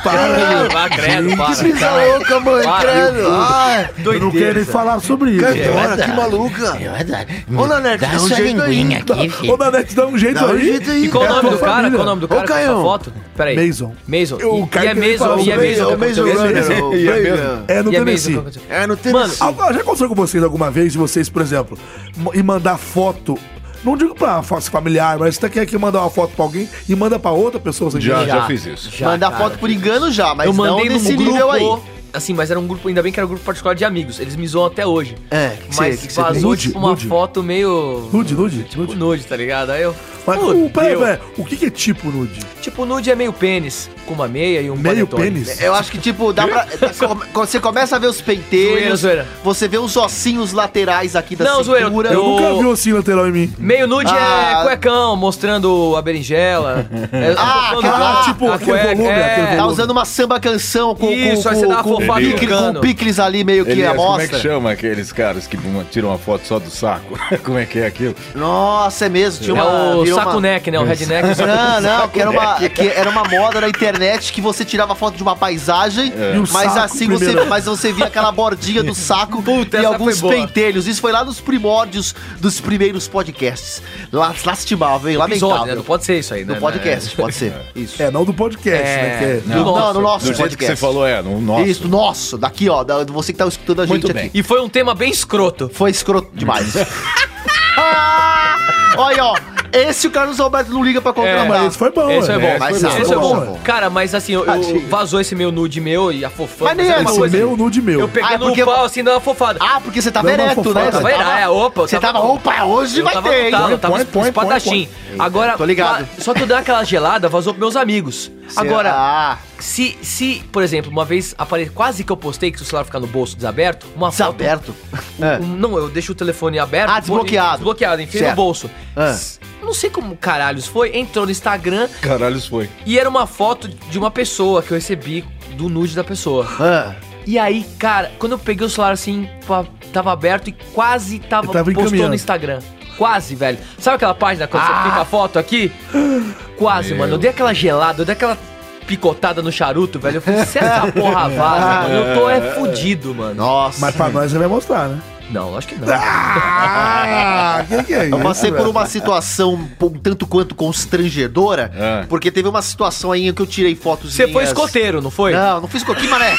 É,
Ah, credo, para.
Que brisa louca, mãe.
Para,
Credo. Ai,
Eu não quero nem falar sobre isso.
É,
cantora,
verdade.
que maluca.
Eu adoro.
Ô, Nanete,
Dá
dá um
sua
jeito aí.
linguinha aqui,
Ô,
filho.
Nanete, dá um jeito
Dá um
aí.
jeito aí.
E qual
É
o
a
nome
tua
do cara?
família.
Qual o nome do cara que essa
Caião.
foto? Peraí.
Mason.
Mason.
Eu- o
E,
cara
e é
que nem
Mason,
falou
e é
sobre
Mason.
É o
que
mesmo
aconteceu isso?
runner. o
E é
Reagan.
mesmo.
É no
E é Mason. que
Tennessee.
aconteceu.
É, não tem
Mano,
Agora, já aconteceu com vocês alguma vez de vocês, por exemplo, m- e mandar foto. Não digo pra foto familiar, mas você quer que mandar uma foto pra alguém e manda pra outra pessoa sem
Já,
querer?
já fiz isso.
Já,
Mandar
cara.
foto por engano já, mas
eu mandei
não
num
nesse
grupo,
nível aí.
assim, mas era um grupo, ainda bem que era um grupo particular de amigos, eles me zoam até hoje.
É, que
mas
que você- que que você
vazou,
tem?
tipo,
Nude,
uma
nude.
foto meio...
Nude, nude,
Tipo
nude.
nude, tá ligado? Aí eu...
Mas,
Fudeu.
uh, peraí, peraí, o que, que é tipo nude?
Tipo, nude é meio pênis, com uma meia e um
Meio
panetone.
pênis?
Eu acho que, tipo, dá pra. come- Você começa a ver os
Zoeira,
penteiros,
zoeira.
você vê os ossinhos laterais aqui da
Não, zoeira,
cintura.
Eu
eu-
nunca vi um assim lateral em mim.
Meio nude
Ah.
é cuecão, mostrando a berinjela. É,
Ah,
fofando
cara,
lá,
tipo,
a é,
aquele volume, aquele
Tá
volume.
usando uma samba canção com,
Isso,
com,
aí você dá uma
com,
fofada
com,
no
picles-
cano.
com picles ali meio que
Elias, como é que
amostra.
chama aqueles caras que tiram uma foto só do saco? como é que é aquilo?
Nossa, é mesmo. Tinha
É o
virou
saco neck, né? O redneck. o saco-
Não, não, que era, uma, que era uma moda na internet que você tirava foto de uma paisagem,
E o
mas
saco
assim você,
primeiro.
mas você via aquela bordinha do saco e
essa
alguns
foi boa.
pentelhos. Isso foi lá nos primórdios dos primeiros podcasts. Lá- Lastimável, hein?
Episódio, né? Não
Lamentável.
pode ser isso aí, né?
No podcast, pode ser. Isso.
É, não do podcast, né? que é-
É, não.
Não, no nosso
Do jeito que
podcast.
você falou, é, no nosso.
Isso, nosso, daqui, ó, da, você que tá escutando a gente
Muito
aqui.
bem.
né. E foi um tema bem escroto.
Foi escroto demais. Ah, Olha, ó. Esse o Carlos Alberto não liga pra qualquer
É,
um.
Mas esse né? foi bom,
Esse é
ué.
bom.
mas
Esse
tá
é
bom.
bom. Cara, mas assim, eu, eu- vazou esse meu nude meu e a fofã.
Mas nem é
Esse meu, nude meu.
Eu peguei
Ah,
no
porque-
pau assim, deu uma fofada.
Ah, porque você tava
Deu uma
ereto, né?
fofada.
Você
Tava ereto, é, opa, eu
Você
tava-
tava, opa, hoje
eu
vai
tava
ter, hein?
talo, eu tava
Põe, põe,
espadachim. Agora,
Tô ligado.
lá- só que eu dei aquela gelada, vazou pros meus amigos. Agora,
Ah,
se, se, por exemplo, uma vez apare... quase que eu postei que o celular fica no bolso desaberto, uma foto
desaberto. É.
Um- Não, eu deixo o telefone aberto.
Ah, desbloqueado.
Desbloqueado, enfiei no
Certo.
bolso.
Ah.
S- Não sei como caralhos foi, entrou no Instagram
Caralhos foi.
e era uma foto de uma pessoa que eu recebi do nude da pessoa.
Ah.
E aí, cara, quando eu peguei o celular assim, pa- tava aberto e quase tava,
Eu tava
postou
encaminhando. Ah.
no Instagram. Quase, velho. Sabe aquela página quando você clica a foto aqui? Quase, mano. Eu dei aquela gelada, eu dei aquela picotada no charuto, velho. Eu falei, se essa porra vaza, mano, eu tô é fudido, mano.
Nossa.
Mas pra nós você vai mostrar, né?
Não, acho que não.
Ah, que que é isso?
Eu passei por uma situação um tanto quanto constrangedora,
Ah.
porque teve uma situação aí em que eu tirei fotos
É. Você foi escoteiro, não foi?
Não, não fui escoteiro, que mané.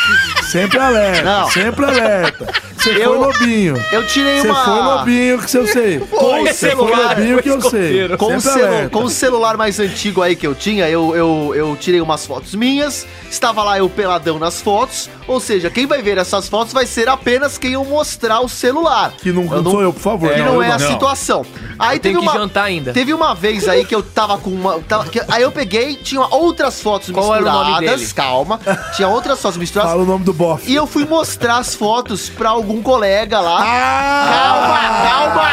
Sempre alerta,
Não.
sempre alerta. Você
Eu-
foi lobinho.
Eu tirei
Você
uma...
foi lobinho que eu sei. Você foi
celular,
lobinho que eu sei.
escoteiro.
Com o,
Sempre é
celu-
alerta.
com o celular mais antigo aí que eu tinha, eu, eu, eu tirei umas fotos minhas, estava lá eu peladão nas fotos, ou seja, quem vai ver essas fotos vai ser apenas quem eu mostrar o celular.
Que não,
Eu
não sou eu, por favor.
que não, é a
não.
situação. Aí
Tem
teve
que
uma,
jantar ainda.
teve uma vez aí que eu tava com uma. tava- que- aí eu peguei, tinha outras fotos
Qual era o
misturadas.
nome dele?
Calma. Tinha outras fotos misturadas.
Fala o nome do bofe.
E eu fui mostrar as fotos pra algum colega lá. calma, calma, calma.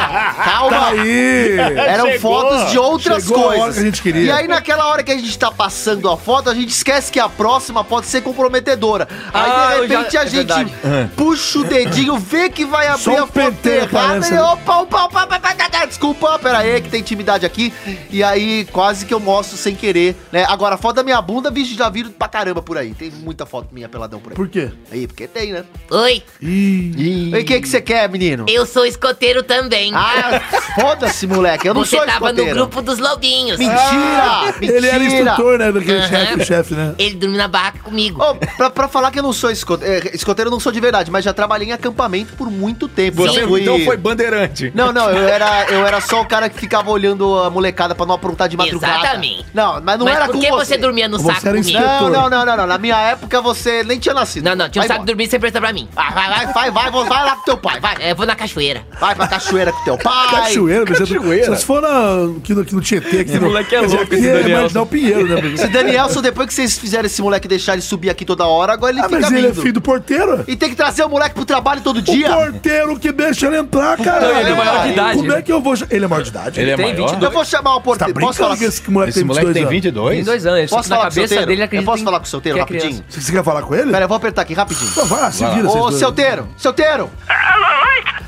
Ah! Tá aí!
Eram fotos de outras
Chegou a hora
coisas.
que a gente queria.
E aí, naquela hora que a gente tá passando a foto, a gente esquece que a próxima pode ser comprometedora. Aí,
Ah, eu
de repente,
já- é
a gente
verdade.
puxa o dedinho, vê que vai abrir
Só um
a foto
penteiro
errada.
aparece,
E,
né?
opa, opa, opa, opa, opa, opa, desculpa, pera aí, que tem intimidade aqui. E aí, quase que eu mostro sem querer, né? Agora, a foto da minha bunda, bicho, já viram pra caramba por aí. Tem muita foto minha peladão por aí.
Por quê?
Aí, porque tem, né?
Oi,
E o que que você quer, menino?
eu sou escoteiro também.
Ah, foda-se, moleque. Eu não
Você
sou
tava
escoteiro.
no grupo dos lobinhos.
Mentira! mentira.
Ah, Ele era instrutor, né? Daquele
Aham.
chefe, chefe, né?
Ele dormiu na barraca comigo.
Ô, pra, pra falar que eu não sou escoteiro, escoteiro eu não sou de verdade, mas já trabalhei em acampamento por muito tempo.
Você
Já
então foi bandeirante.
Não, não, eu era, eu era só o cara que ficava olhando a molecada pra não aprontar de madrugada.
Exatamente.
Não, mas não
Mas
era
por
com
que
você.
você dormia no
Você
saco
era
comigo?
instrutor.
Não, não, não, não, não. Na minha época você nem tinha nascido.
Não, não, tinha um
Vai
saco de
embora.
dormir você presta pra mim.
Vai, vai, vai, vai, vai, vai, vai lá com teu pai, vai.
Eu vou na cachoeira.
Vai pra cachoeira com teu pai.
Cachoeira, mas cachoeira. Se for na, aqui, no, aqui no Tietê, aqui no.
moleque é
quer dizer,
louco,
aqui
esse
é
Daniel.
Marginal Pinheiro, né?
Esse Danielson, depois que vocês fizeram esse moleque deixar ele subir aqui toda hora, agora ele
Ah,
fica
mas ele é
vindo.
filho do porteiro?
E tem que trazer o moleque pro trabalho todo
O
dia.
porteiro que deixa ele entrar, cara.
Não, ele é maior de idade.
Como é que eu vou. cha- Ele é maior de idade?
Ele é
Tem
maior?
22.
Eu vou chamar o
Você tá
porteiro. Posso falar
brincando que esse moleque
Esse
tem
moleque
22
tem
anos?
22?
Tem dois anos. ele-
Posso
na
falar com o
cabeça
solteiro?
dele, ele acredita
Eu posso
em-
falar com o solteiro
que é
rapidinho?
criança.
Você você quer falar com ele?
Pera, eu vou apertar aqui rapidinho.
Pô, Vai lá, Então se vira,
Ô,
vocês dois.
solteiro, solteiro!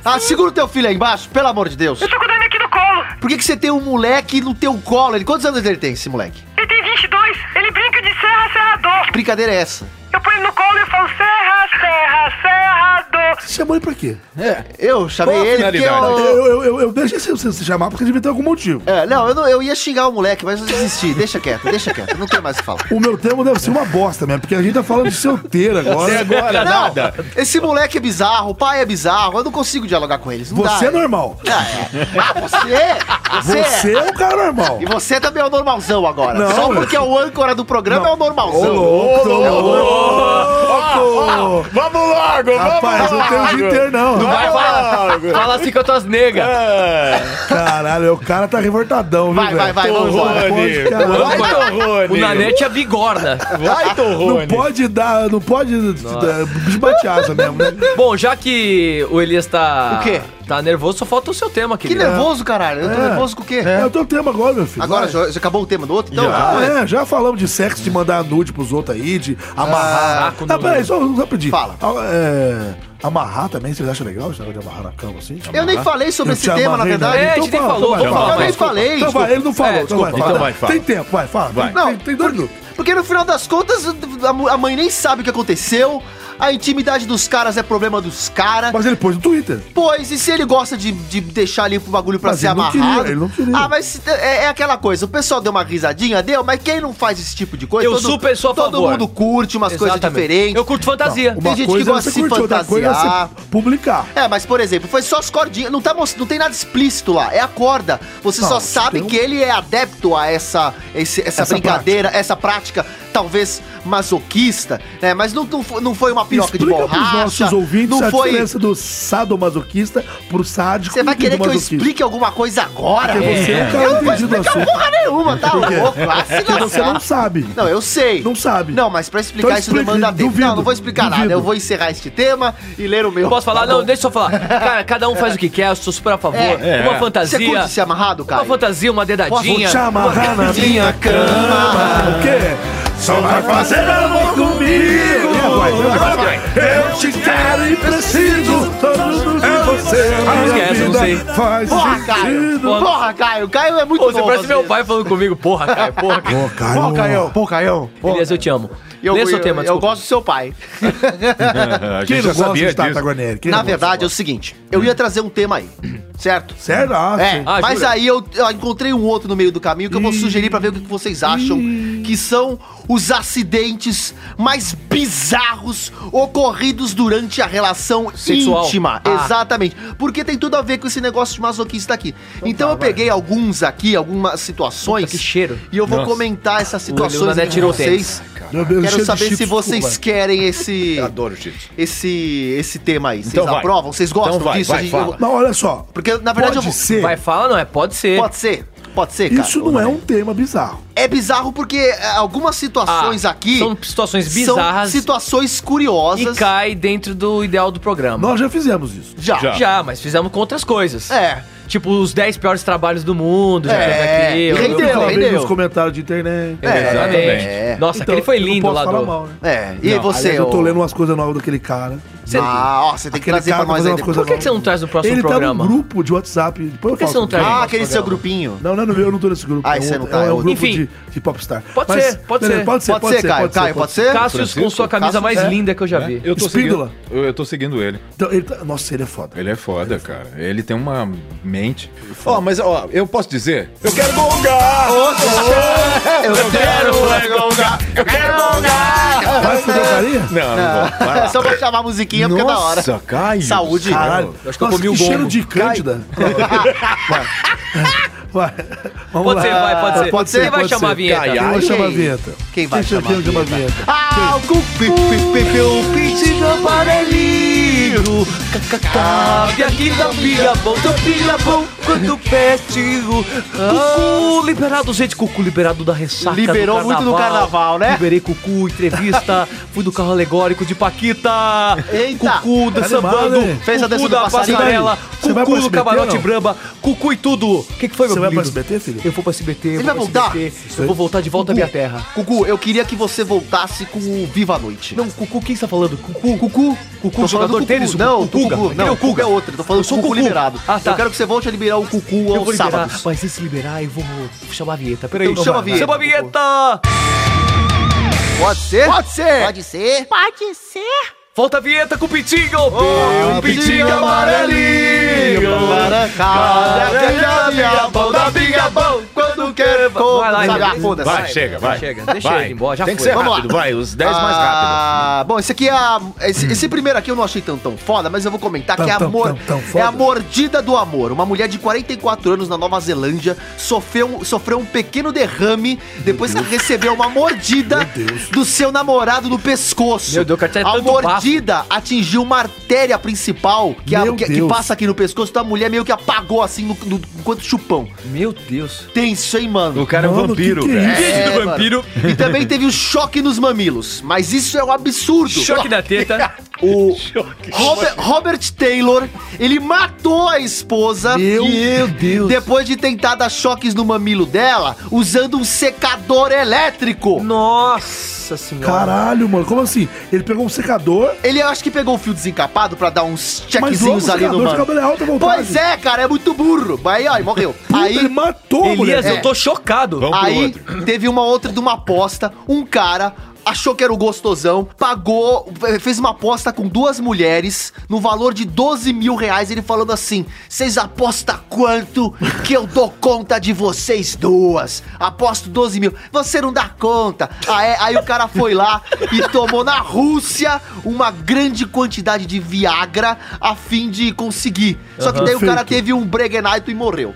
Ah, segura o teu filho aí embaixo, pelo amor de Deus. Eu tô com ele aqui no colo. Por que, que você tem um moleque no teu colo? Ele, quantos anos ele tem, esse moleque?
Ele tem 22, ele brinca de serra, serrador.
Que brincadeira é essa?
Eu ponho ele no colo e falo serra, serra, serrador.
Você chamou ele pra quê?
Eu chamei
Qual a
ele porque
finalidade?
eu...
Eu, eu, eu, eu deixei você, você se chamar porque devia ter algum motivo.
É, não, eu, não, eu ia xingar o moleque, mas eu desisti. Deixa quieto, deixa quieto. Não tem mais o que falar.
O meu termo deve ser uma bosta mesmo, porque a gente tá falando de solteiro agora.
Até agora,
Não,
nada.
esse moleque é bizarro, o pai é bizarro, eu não consigo dialogar com eles. Não
Você é
dá.
normal.
Ah, você, você,
Você é um cara normal.
E você também é o normalzão agora.
Não,
Só
velho.
porque é o âncora do programa é o
Ô,
normalzão.
louco, ô, louco.
Vamos logo,
Rapaz, não tem o dia inteiro, não.
Vai, fala, fala assim que eu tô as nega.
Caralho, o cara tá revoltadão, viu,
Vai, vai,
velho?
vai, vamos embora.
Pode,
Rony.
caralho.
Vai, Tom
O
Rony.
Nanete é bigorna.
Vai, Tom
Não
Rone.
pode dar, não pode eh, dar- desbatear mesmo, né?
Bom, já que o Elias tá.
O quê?
Tá nervoso, só falta o seu tema,
Que
querido.
nervoso, caralho. Eu tô
É.
nervoso com o quê?
É o teu tema agora, meu filho.
Agora,
vai.
já, já acabou o tema do outro? Então,
Ah, é, já falamos de sexo, de mandar nude pros outros aí, de amarrar.
saco
Ah,
do-
peraí, só, só pedir.
Fala.
Ah, é, amarrar também, vocês acham legal esse negócio de amarrar na cama assim?
Eu nem falei sobre
Eu
esse
te
tema, na
amarrei
verdade.
É, a gente
Então
nem
fala,
falou,
então
vamos
vai,
falar.
eu nem
mas desculpa.
falei.
Então vai, ele não falou.
É,
então vai,
desculpa,
fala.
então vai, fala.
Tem tempo,
é.
vai, fala.
Vai.
Tem, tem dois minutos.
Porque no final das contas, a mu- a mãe nem sabe o que aconteceu. A intimidade dos caras é problema dos caras.
Mas ele pôs no Twitter.
Pois, e se ele gosta de, de deixar ali o bagulho pra
Mas
ser
ele não
amarrado?
queria, ele não queria.
Ah, mas se- é, é aquela coisa, o pessoal deu uma risadinha, deu, mas quem não faz esse tipo de coisa?
Eu super sou a
Todo
favor.
mundo curte umas coisas
Exatamente.
diferentes.
Eu curto fantasia.
Tem gente
é
que gosta de se fantasiar.
você publicar.
É, mas por exemplo, foi só as cordinhas. Não, tá, mos- não tem nada explícito lá. É a corda. Você
Não,
só sabe
tem um-
que ele é adepto a essa, esse- essa,
Essa
brincadeira, essa prática, talvez masoquista, né? Mas não, não, fo- não foi uma piroca
Explica
de borracha.
pros nossos ouvintes
não
a
foi.
diferença do sadomasoquista pro sádico
Você vai
e
querer que
do
eu
masoquista.
explique alguma coisa agora?
Porque você é um cara
Eu não vou
entendido no
explicar
assunto.
porra nenhuma, tá
Por quê?
louco? Ah, se
Porque você
lascar.
não sabe.
Não, eu sei.
Não sabe.
Não, mas pra explicar
Então
isso
explica,
demanda tempo.
duvido,
não, não vou explicar nada.
duvido.
Eu vou encerrar este tema e ler o meu.
Eu posso falar?
Tá
não,
bom.
deixa eu só falar. Cara, cada um faz o que quer, eu sou super a favor.
É,
uma
Você
fantasia.
curte ser amarrado, cara?
Uma fantasia, uma
Vou te
dedadinha.
amarrar na minha cama. O quê? Só vai fazer amor comigo. Eu te quero e preciso. Tudo de você. A
música é
minha
essa? Eu não sei.
vida faz
Porra, Caio!
sentido.
Porra, Caio! Caio é muito
Pô, você
bom,
parece
às
meu
vezes.
pai falando comigo, porra, cara, porra. cara.
Pô, Caio. Pô, Caio. Pô, Caio.
Elias, eu te amo.
Eu,
Lê
eu,
seu tema,
eu
desculpa.
gosto do seu pai.
A
Quem
gente
não
já
gosta
sabia
de Tata
disso.
Guarnieri? Quem
Na
não gosta?
verdade, é o seguinte. Eu ia trazer um tema aí, certo?
Sério? Ah,
É,
sim.
Ah,
mas
jura?
aí eu, eu encontrei um outro no meio do caminho que eu vou sugerir pra ver o que que vocês acham que são os acidentes mais bizarros ocorridos durante a relação
Sexual.
íntima.
Ah.
Exatamente. Porque tem tudo a ver com esse negócio de masoquista aqui. Então, eu peguei alguns aqui, algumas situações.
tá, Puta, que cheiro.
E eu vou comentar essas
O
situações
Leonardo
aqui com
tirou
vocês.
Meu Deus, cheiro
Quero
de
saber se
chips,
vocês
desculpa.
querem esse
Eu adoro Chips.
esse esse tema aí. Vocês
Então vai.
aprovam? Vocês gostam
Então vai,
disso?
vai,
A gente-
fala.
eu-
Não, olha só.
porque na verdade eu
Pode
vou-
ser.
Vai, fala, não é? Pode ser.
Pode ser? Pode ser, cara.
Isso não é um tema bizarro.
É bizarro porque é, algumas situações
Ah,
aqui
São situações bizarras
são situações
e
curiosas.
cai dentro do ideal do programa.
Nós já fizemos isso.
Já.
Já.
Já, mas fizemos com outras coisas.
É.
Tipo, os 10 piores trabalhos do mundo, já fez
É,
aqui. eu-
rendeu,
eu-
Também
rendeu.
nos comentários de internet.
É, Exatamente.
É.
Nossa,
Então,
aquele foi
eu não
lindo
posso
lá
falar
do...
mal, né?
É. E aí
Não,
você?
aliás, eu tô
ô-
lendo umas coisas novas daquele cara.
Você-
Ah, ó, você tem que
Aquele
trazer pra
cara
nós
fazendo
aí
umas
depois.
coisas
Por que, que você não traz no próximo
Ele tá
programa?
num grupo de WhatsApp. Depois eu
Por que
falo
você não
sobre
traz?
isso.
Ah,
nosso
aquele seu
programa.
grupinho.
Não, não, é no meu, eu não tô nesse grupo.
Ah,
é
você não
outro-
tá,
É
é
um grupo
outro.
de, de popstar.
Pode ser, pode
beleza,
ser.
Pode ser, pode ser.
Caio. Caio, pode ser?
Cássio com sua camisa mais
é.
linda que eu já vi.
Eu tô,
Espíndola.
seguindo, eu, eu tô seguindo ele.
Então, ele tá- Nossa, ele é foda.
Ele é foda, cara. Ele tem uma mente. Ó, mas ó, eu posso dizer? Eu quero gongar!
Eu quero.
Vai fazer o carinha?
Não, não vou. Vai lá.
Só pra chamar a musiquinha porque é Ah. da hora.
Nossa, Caio.
Saúde.
Caralho.
acho que eu comi o
que
gongo.
cheiro de Cândida. Vai. Vai. Vamos
Pode
lá.
ser, vai, pode ser.
Pode
Quem
ser,
vai
pode
chamar
ser.
a vinheta?
Caiá.
Quem vai
Quem?
chamar a vinheta?
Quem vai chamar a
Quem chama a vinheta?
Ah, o pintinho amarelinho.
Cabe aqui da pilha bom, do pilha bom, quanto pestigo. Cucu liberado, gente, cucu liberado da ressaca.
Ah. Liberou
do
muito no carnaval, né?
Liberei cucu, entrevista, fui do carro alegórico de Paquita.
Eita. né?
Cucu da
Tá
sambando,
animado, hein?
Fez a
cucu
dança do
da
passarinho.
passarela,
Você vai
cucu
pro
do
SBT,
camarote
não?
bramba, cucu e tudo. O que, que foi, meu
Você vai pro
querido?
SBT, filho?
Eu vou pra SBT. eu
Você
vou
vai
pra
voltar?
SBT, Eu vou voltar de volta à minha terra.
Cucu, eu queria que você voltasse com o Viva a Noite.
Não, Cucu, quem está falando? Cucu? Cucu? Cucu,
Tô falando
jogador
do
de tênis?
Cucu. Não,
o
o Cucu. Não, o Cucu é outro. Tô falando
Eu sou
do Cucu
Cucu.
liberado.
Ah, tá.
Eu quero que você volte a liberar o Cucu
Eu vou
aos
liberar,
sábados.
mas se se liberar, eu vou vou chamar a vinheta. Peraí,
Então chama a vinheta,
Chama a vinheta!
Pode ser? Pode ser.
Pode ser?
Pode ser?
Volta a vinheta com o Pitinho!
O Um
um
é pintinho amarelinho Cara, pega a minha mão da pinga bom Quando quer
Vai lá,
Sabe,
Henrique.
ah, foda-se.
Vai, chega, vai.
Chega, deixa
vai.
ele ir embora, já
Tem que
foi.
ser
Vamos
rápido, vai. Os 10 mais rápido.
Ah, bom, esse aqui é a, esse, esse primeiro aqui eu não achei tão, tão foda, mas eu vou comentar
Hum. Tão,
que é,
tão,
amor,
tão, tão
é a
foda.
mordida do amor. Uma mulher de 44 anos na Nova Zelândia sofreu, sofreu um pequeno derrame depois que recebeu uma mordida do seu namorado no pescoço.
Meu Deus, cara, é
a
tanto bafo.
mordida atingiu uma artéria principal que, a-
Meu
que- que
Deus.
passa aqui no pescoço, então a mulher meio que apagou assim no, no, enquanto chupão.
Meu Deus.
Tenso, hein, mano?
O cara é um
Mano,
vampiro,
que que é
velho.
isso?
É, mano. E também teve o choque nos mamilos. Mas isso é um absurdo.
Choque na teta.
O Robert, Robert Taylor, ele matou a esposa.
Meu
e-
Deus.
Depois de tentar dar choques no mamilo dela, usando um secador elétrico.
Nossa senhora.
Caralho, mano. Como assim? Ele pegou um secador.
Ele eu acho que pegou o fio desencapado pra dar uns
Mas logo o
checkzinhos ali no
secador,
mano.
secador é alta vontade.
Pois é, cara, é muito burro. Aí, ó, ele morreu.
Puta,
Aí
ele matou a mulher.
Elias,
É.
eu tô chocado.
Vamos pro
Aí
outro.
teve uma outra de uma aposta, um cara achou que era o gostosão, pagou, fez uma aposta com duas mulheres no valor de 12 mil reais. Ele falando assim: vocês apostam quanto que eu dou conta de vocês duas? Aposto 12 mil. Você não dá conta. Ah, é? Aí o cara foi lá e tomou na Rússia uma grande quantidade de Viagra a fim de conseguir. Só que daí o cara teve um Breguenaito e morreu.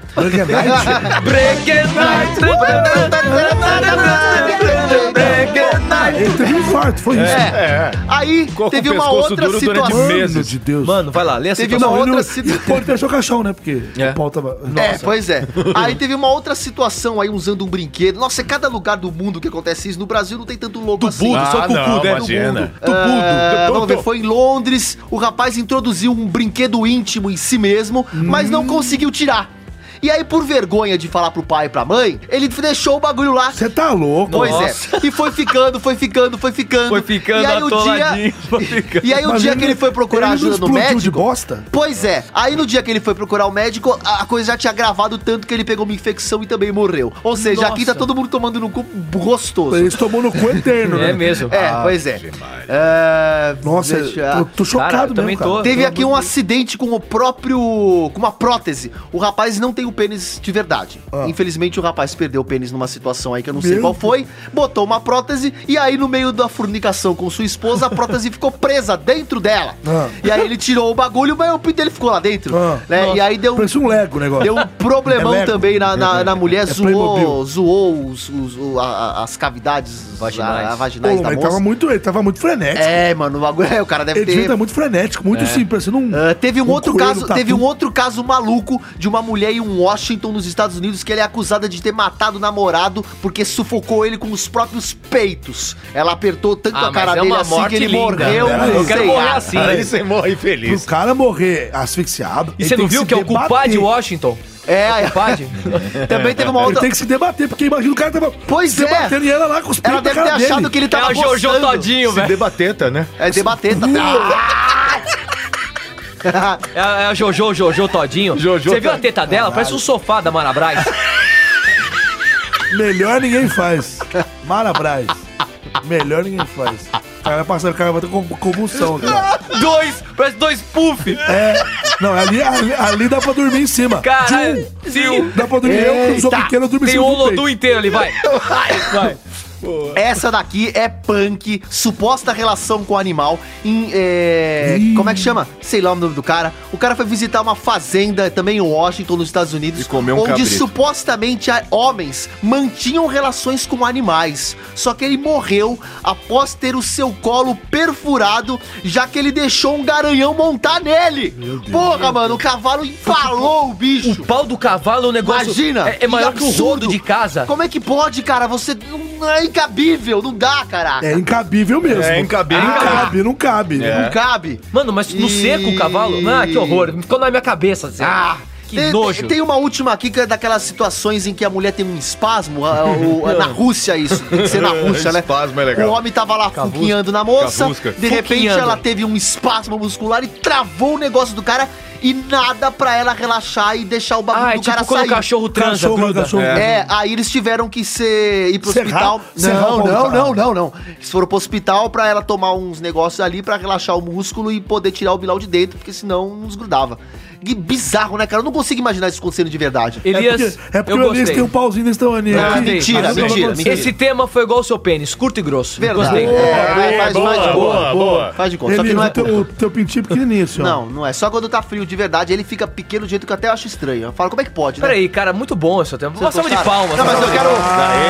Ele teve um infarto, foi isso.
É. Aí
Ficou com
teve
o
uma
pescoço
outra
duro durante
situação.
meses.
de Deus.
Mano, vai lá, lê a
Teve
situação.
uma
Não, ele
outra
não-
situação.
Pode deixar tá o caixão, né? Porque
É.
o pau tava...
É, pois é. Aí teve uma outra situação aí usando um brinquedo. Nossa, é cada lugar do mundo que acontece isso. No Brasil não tem tanto louco assim.
Ah,
só com o
não,
cu, né?
imagina.
É, vamos ver,
Tupudo.
foi em Londres. O rapaz introduziu um brinquedo íntimo em si mesmo, mas não conseguiu tirar. E aí, por vergonha de falar pro pai e pra mãe, ele deixou o bagulho lá.
Você tá louco?
Pois é. E foi ficando, foi ficando, foi ficando.
Foi ficando
e aí, o
atoladinho,
dia,
foi ficando.
e aí o
Mas
dia que ele foi procurar
ele não
ajuda no
explodiu
médico.
de bosta?
Pois é, aí no dia que ele foi procurar o médico, a a coisa já tinha agravado tanto que ele pegou uma infecção e também morreu. Ou seja, aqui tá todo mundo tomando no cu gostoso.
Ele se tomou no cu eterno,
É
né?
mesmo.
É, pois é. É,
Nossa,
deixa-
eu tô, tô chocado
Cara, eu
mesmo,
também
cara.
tô.
Teve aqui um acidente com o próprio. com uma prótese. O rapaz não tem o pênis de verdade. Infelizmente, o rapaz perdeu o pênis numa situação aí que eu não sei
Ah. Meu
qual foi. Botou uma prótese e aí, no meio da fornicação com sua esposa, a prótese ficou presa dentro dela.
Ah.
E aí ele tirou o bagulho, mas o pinto dele ficou lá dentro.
Ah.
né? E aí deu um
Parecia um Lego o negócio.
Deu um problemão
É Lego.
também na, na, na mulher, zoou,
Playmobil.
zoou os- os- o- a- a- as cavidades
Vaginais.
a- a
Pô,
vaginais da
ele
moça.
tava muito, ele tava muito frenético.
É, mano, o bagulho, é, o cara deve
ele devia
ter.
tá muito frenético, muito sim, parecendo um...
Ah, teve um, outro
coelho tá
caso,
tatu.
teve um outro caso maluco de uma mulher em Washington, nos Estados Unidos, que ela é acusada de ter matado o namorado porque sufocou ele com os próprios peitos. Ela apertou tanto
Ah,
a cara
mas é
dele
uma
assim
morte
que ele
linda.
morreu.
Eu
não
Eu quero
sei
morrer
lá.
assim.
Aí você morre feliz.
Pro cara morrer asfixiado.
E
ele
você
tem
não viu
se
que é o culpado de
debater.
Washington?
É, aí-
Culpado?
também teve uma
Ele
outra.
tem que se debater, porque imagina o cara tava
Pois
se
é.
debatendo e ela lá com os
Ela
peitos
deve ter achado que ele tava
é o Jojo
gostando.
Todinho,
Se
velho.
debateta, né?
É debater, tá?
É, é a Jojo, Jojo Todinho.
Jojo
Você viu a
Todinho.
teta dela? Parece um sofá da Marabras.
Melhor ninguém faz. Marabraz. Melhor ninguém faz. O cara vai passar, o cara vai ter con- convulsão. Cara.
dois, parece dois puff.
É. Não, ali, ali, ali dá pra dormir em cima.
Caralho.
Tchum. Dá pra dormir. Eu, que sou pequeno, eu durmo em
Tem o
cima do peito.
Olodum inteiro ali, vai. vai.
Essa daqui é punk, suposta relação com o animal. Em, é, como é que chama? Sei lá o nome do cara. O cara foi visitar uma fazenda também em Washington, nos Estados Unidos,
E comeu um
onde
cabrito.
supostamente a- homens mantinham relações com animais. Só que ele morreu após ter o seu colo perfurado, já que ele deixou um garanhão montar nele. Porra, mano, o cavalo empalou o bicho.
O pau do cavalo é um negócio.
Imagina!
É, é maior que o rodo
absurdo.
de casa.
Como é que pode, cara? Você não é incabível, não dá, caraca.
É incabível mesmo.
É incabível.
Não cabe, não cabe.
É.
Não cabe.
Mano, mas no
E-
seco o cavalo? Ah, que horror. Ficou na minha cabeça. Assim.
Ah,
que
tem,
nojo.
tem- tem uma última aqui que é daquelas situações em que a mulher tem um espasmo. a- o- a- na Rússia, isso. Tem que ser na Rússia, né?
Espasmo é
O
legal.
homem tava lá fuquinhando na moça.
Cavusca.
De repente
Fuquinhando.
ela teve um espasmo muscular e travou o negócio do cara e nada pra ela relaxar e deixar o bagulho
Ah, é
do
tipo
cara
quando
sair.
o cachorro transa,
Cachorro,
gruda.
cachorro.
É, aí eles tiveram que ser, ir pro
Serrar?
hospital.
Serrar
Não,
o pau do
não,
cavalo.
não, não, não. Eles foram pro hospital pra ela tomar uns negócios ali pra relaxar o músculo e poder tirar o bilal de dentro, porque senão não desgrudava. Que bizarro, né, cara? Eu não consigo imaginar isso acontecendo de verdade.
Elias,
É porque o Elias tem um pauzinho desse tamanho
Eu
Ah,
gostei.
aqui.
mentira,
Mas eu não
mentira,
gostei.
mentira.
Esse tema foi igual ao seu pênis, curto e grosso.
Verdade.
Gostei.
É, vai, faz,
boa,
faz de
boa,
conta.
boa.
Faz de conta. Só que
Elias,
não é
o teu,
conta.
o teu pintinho é pequenininho, senhor.
Não, não é. Só quando tá frio de verdade, ele fica pequeno do jeito que eu até acho estranho. Eu falo, como é que pode, né?
Peraí, cara, muito bom esse seu tema. Uma salva de
gostaram?
palmas.
Não, mas eu quero.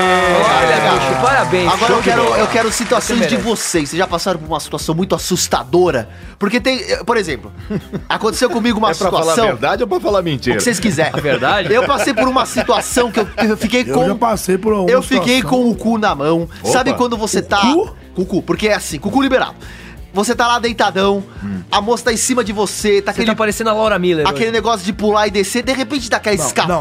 Olha,
cara.
bicho, parabéns.
Agora
show
eu
de
quero,
bola.
eu quero situações
Você
de
merece.
vocês. Vocês já passaram por uma situação muito assustadora? Porque tem, eh, por exemplo, aconteceu comigo uma
É pra falar a
situação.
verdade ou pra falar
O
mentira?
que vocês quiserem.
verdade?
Eu passei por uma situação que eu, que eu fiquei
Eu
com.
já passei por uma
Eu fiquei
situação.
com o cu na mão. Sabe quando você tá.
cu?
Com o cu, porque é assim, com o cu liberado. Você tá lá deitadão,
Hum.
a moça tá em cima de você, tá
Você
aquele
tá parecendo a Laura Miller.
Aquele negócio de pular e descer, de repente dá aquela
Não,
escapada.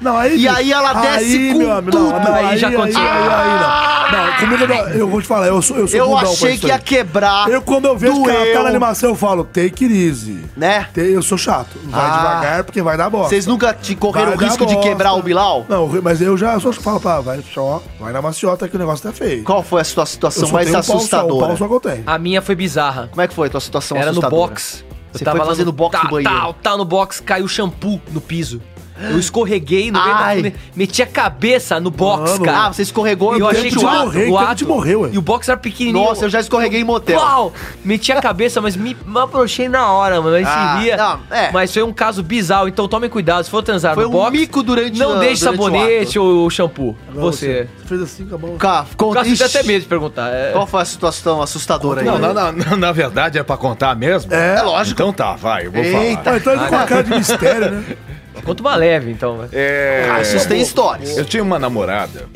não, não, não. Não,
e aí ela desce com
meu amigo,
tudo.
não, não,
Aí já aconteceu.
Aí, aí, aí, não. Não, comigo não- eu vou te falar, eu sou, eu sou
Eu
bundão pra
achei
isso
que ia
aí.
quebrar.
Eu, quando eu vejo que ela tá
doeu.
na animação, eu falo, take it easy.
Né?
Te- Eu sou chato. Vai
Ah.
devagar, porque vai dar bosta.
Vocês nunca te correram o
Vai dar
risco de
bosta.
quebrar o Bilal?
Não, mas eu já só falo pra vai só, vai na maciota que o negócio tá feio.
Qual foi a sua situação
só
mais
tenho um pau só, um
assustadora?
pau só que eu tenho.
A minha foi bizarra.
Como é que foi a tua situação
Era no
assustadora?
box. Eu
Você
tava
foi
lá
fazer no box
tá,
do banheiro.
Tá, tá no box, caiu shampoo no piso. Eu escorreguei no meio da...
Ai.
me- Meti a cabeça no box,
Mano.
cara.
Ah, você escorregou
E eu
no
achei que
canto
o
de
ato,
morrer,
o
tanto
ato-
de morrer, ué.
E o box era pequenininho.
Nossa, eu já escorreguei em motel.
Uau! Meti a cabeça, mas me me abrochei na hora, mano. Mas
Ah,
se ria.
não, é.
Mas foi um caso bizarro, então tomem cuidado. Se for transar
Foi
no
um
box,
mico durante
não
a-
deixe
durante o
sabonete ou shampoo.
Agora
Ah, Você.
Fez assim, acabou.
Cara, ficou
Nossa, eu tenho
triste.
até medo de perguntar. é.
Qual foi a situação assustadora
Não,
aí?
na, na- na verdade é pra contar mesmo?
É.
lógico. Então tá, vai, eu vou
Eita.
falar.
Ah, então ele com a cara de mistério, né?
Conta uma leve, então. vai.
É...
Ah, isso tem histórias.
Eu tinha uma namorada.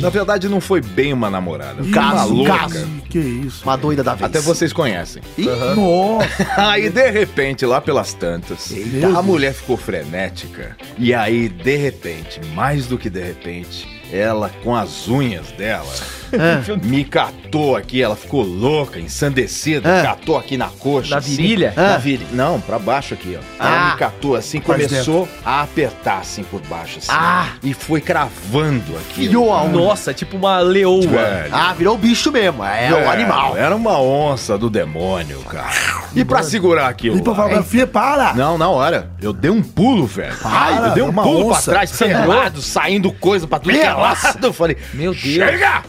Na verdade, não foi bem uma namorada. Foi
caso,
uma
um
louca.
caso.
Que isso.
Uma doida da vez.
Até vocês conhecem.
Nossa.
Aí, de repente, lá pelas tantas,
É
Eita.
a mulher ficou frenética. E aí, de repente, mais do que de repente, ela, com as unhas dela,
É.
me catou aqui. Ela ficou louca, ensandecida,
Ah.
catou aqui na coxa.
Na
assim.
virilha?
Na
Ah.
virilha. Não, pra baixo aqui, ó.
Ah.
Ela me catou assim,
Mais
começou a apertar assim por baixo, assim.
Ah.
E foi cravando aqui.
Filhou a unha.
Nossa, tipo uma leoa.
Velho.
Ah, virou bicho mesmo. É, o
Era,
animal.
Era uma onça do demônio, cara. E pra segurar aquilo?
E pra
lá,
falar,
hein?
filha, para.
Não, na hora. Eu dei um pulo, velho.
Para,
eu dei um
uma
pulo
onça.
pra trás, sangrado, saindo coisa pra tudo que é lado. Eu falei,
Meu Deus.
chega!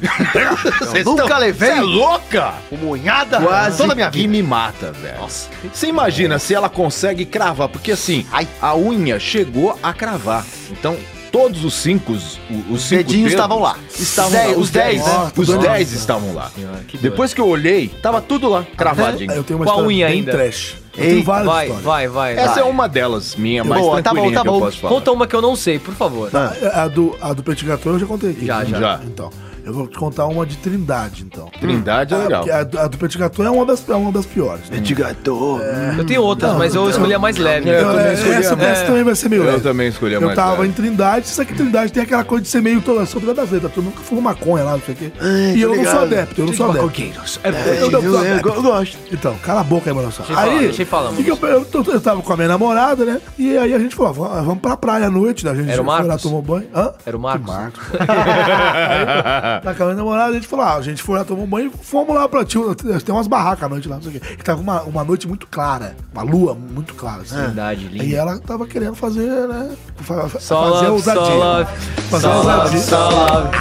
Vocês
nunca
tão-
levei.
Cê é louca!
Comunhada
Quase
toda a minha
que
vida.
me mata, velho. Você imagina se ela consegue cravar, porque assim,
Ai.
a unha chegou a cravar. Então, todos os cinco, os, os cinco
dedinhos
dedos
estavam lá.
Estavam
Dez-
lá.
os dez, né?
Os
Nossa.
10 estavam lá.
Senhora, que doido.
Depois que eu olhei, tava tudo lá, cravadinho.
Ah, Eu tenho uma
Com a
história
unha
bem
ainda.
trash. Eu
Ei,
tenho várias
Vai,
histórias.
vai, vai.
Essa
vai.
é uma delas, minha, mais
Boa, tá bom,
tranquilinha
tá
que eu
bom.
posso falar.
Conta uma que eu não sei, por favor.
É, A, a do, a do Petit Gâteau eu já contei aqui.
Já,
né?
já. Já.
Então, eu vou te contar uma de Trindade, então.
Trindade é
Ah,
legal.
porque A, do- a do Petit Gâteau é uma das, é uma das piores. né?
De gato.
Eu tenho outras, mas eu escolhi a mais leve.
eu também
é,
escolhi a
essa,
mais-
essa também vai ser meio
Eu
leve.
também escolhi a
Eu
mais
tava
leve.
em Trindade, só que Trindade tem aquela coisa de ser meio toda sobre da letra. Todo mundo fumou maconha lá, não sei o quê. e eu não sou adepto, eu não sou adepto. Eu não sou adepto.
gosto.
Então, cala a boca aí, mano. só.
falar,
Aí,
deixa eu falar,
que que eu, eu, tô- eu tava com a minha namorada, né? E aí a gente falou, "Vamos- vamos pra praia à noite, né? A gente
Era o
foi lá,
Marcos?
tomou banho. Hã?
Era o Marcos.
Tá com a minha namorada, a gente falou, ah, a gente foi lá, tomou um banho e fomos lá pra tio. Tem umas barracas à noite lá, não sei o quê. Que tava uma, uma noite muito clara, uma lua muito clara, assim.
Verdade, lindo.
E ela tava querendo fazer, né? fa- fa-
Só
fazer
love, só love.
Fazer
Só love,
ousadia.
só love.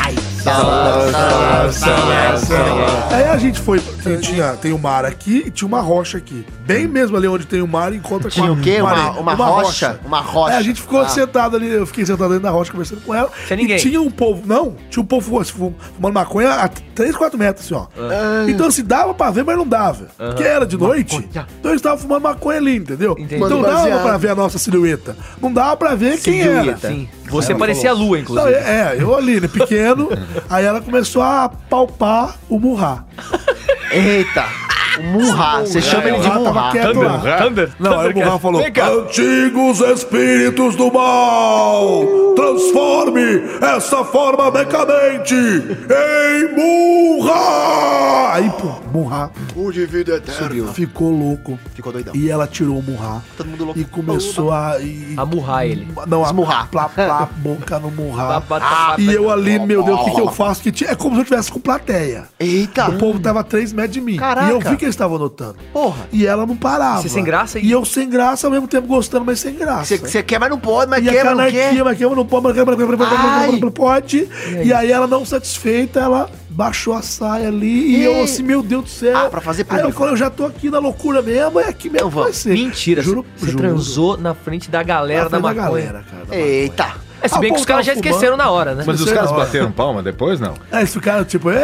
Aí a gente foi, tem, tinha, tem o mar aqui e tinha uma rocha aqui. Bem mesmo ali onde tem o mar, encontra
Tinha
com a
o quê?
maré.
Uma- uma rocha? Uma rocha.
Aí a gente ficou
Ah.
sentado ali, eu fiquei sentado ali na rocha conversando com ela.
Sem ninguém.
E tinha um povo, não, tinha um povo assim, fum- fumando maconha a 3, 4 metros, assim, ó.
Ah.
Então se dava pra ver, mas não dava. Porque era de noite, então eles estavam fumando maconha ali, entendeu?
Entendi.
Então
Fumando
dava
baseado.
pra ver a nossa silhueta. Não dava pra ver quem era.
Sim. Você parecia a lua,
Não,
inclusive.
é, é, eu ali, né, pequeno, aí ela começou a palpar o murrar.
Eita. Murrar. Você chama ele de
Murrar, tava
murrar.
quieto lá. Não, aí o Murrar falou:
Vem cá.
Antigos espíritos do mal, transforme essa forma decadente em Murrar! Aí, pô, Murrar
Um de
é
vida eterna.
é ficou louco.
Ficou doidão.
E ela tirou o Murrar
Todo mundo louco.
e começou a. e-
A murrar ele.
Não, a
Esmurrar.
Plá, plá, a boca no
Ba-
Murrar.
ba- ba-
E
ba-
eu ali, meu Deus, o que, que eu faço? Que ti- é como se eu tivesse com plateia.
Eita.
O povo tava a 3 metros de mim.
Hum. Caraca.
E eu vi que eles estavam notando.
Porra.
E ela não parava.
Você sem graça, hein?
E eu sem graça, ao mesmo tempo gostando, mas sem graça.
Você- Você quer, mas não pode, mas
E a
quer, mas não
canarquia,
quer.
mas queima, não pode, mas queima, mas queima, mas queima,
Ai.
mas queima, pode. E aí ela não satisfeita, ela baixou a saia ali e,
E-
eu assim, meu Deus do céu.
Ah, pra fazer
Aí eu
público.
falei, eu já tô aqui na loucura mesmo, é aqui mesmo que vai ser.
Mentira,
juro.
você
juro.
transou na frente da galera
Ela
da
foi da
maconha.
galera, cara. da
Eita.
É, se bem
Ah,
que os
pô,
caras já
tava
esqueceram
fumando.
na hora, né?
Mas os
Sei
caras
lá.
bateram palma depois, não?
Aí eles ficaram tipo, "Ê,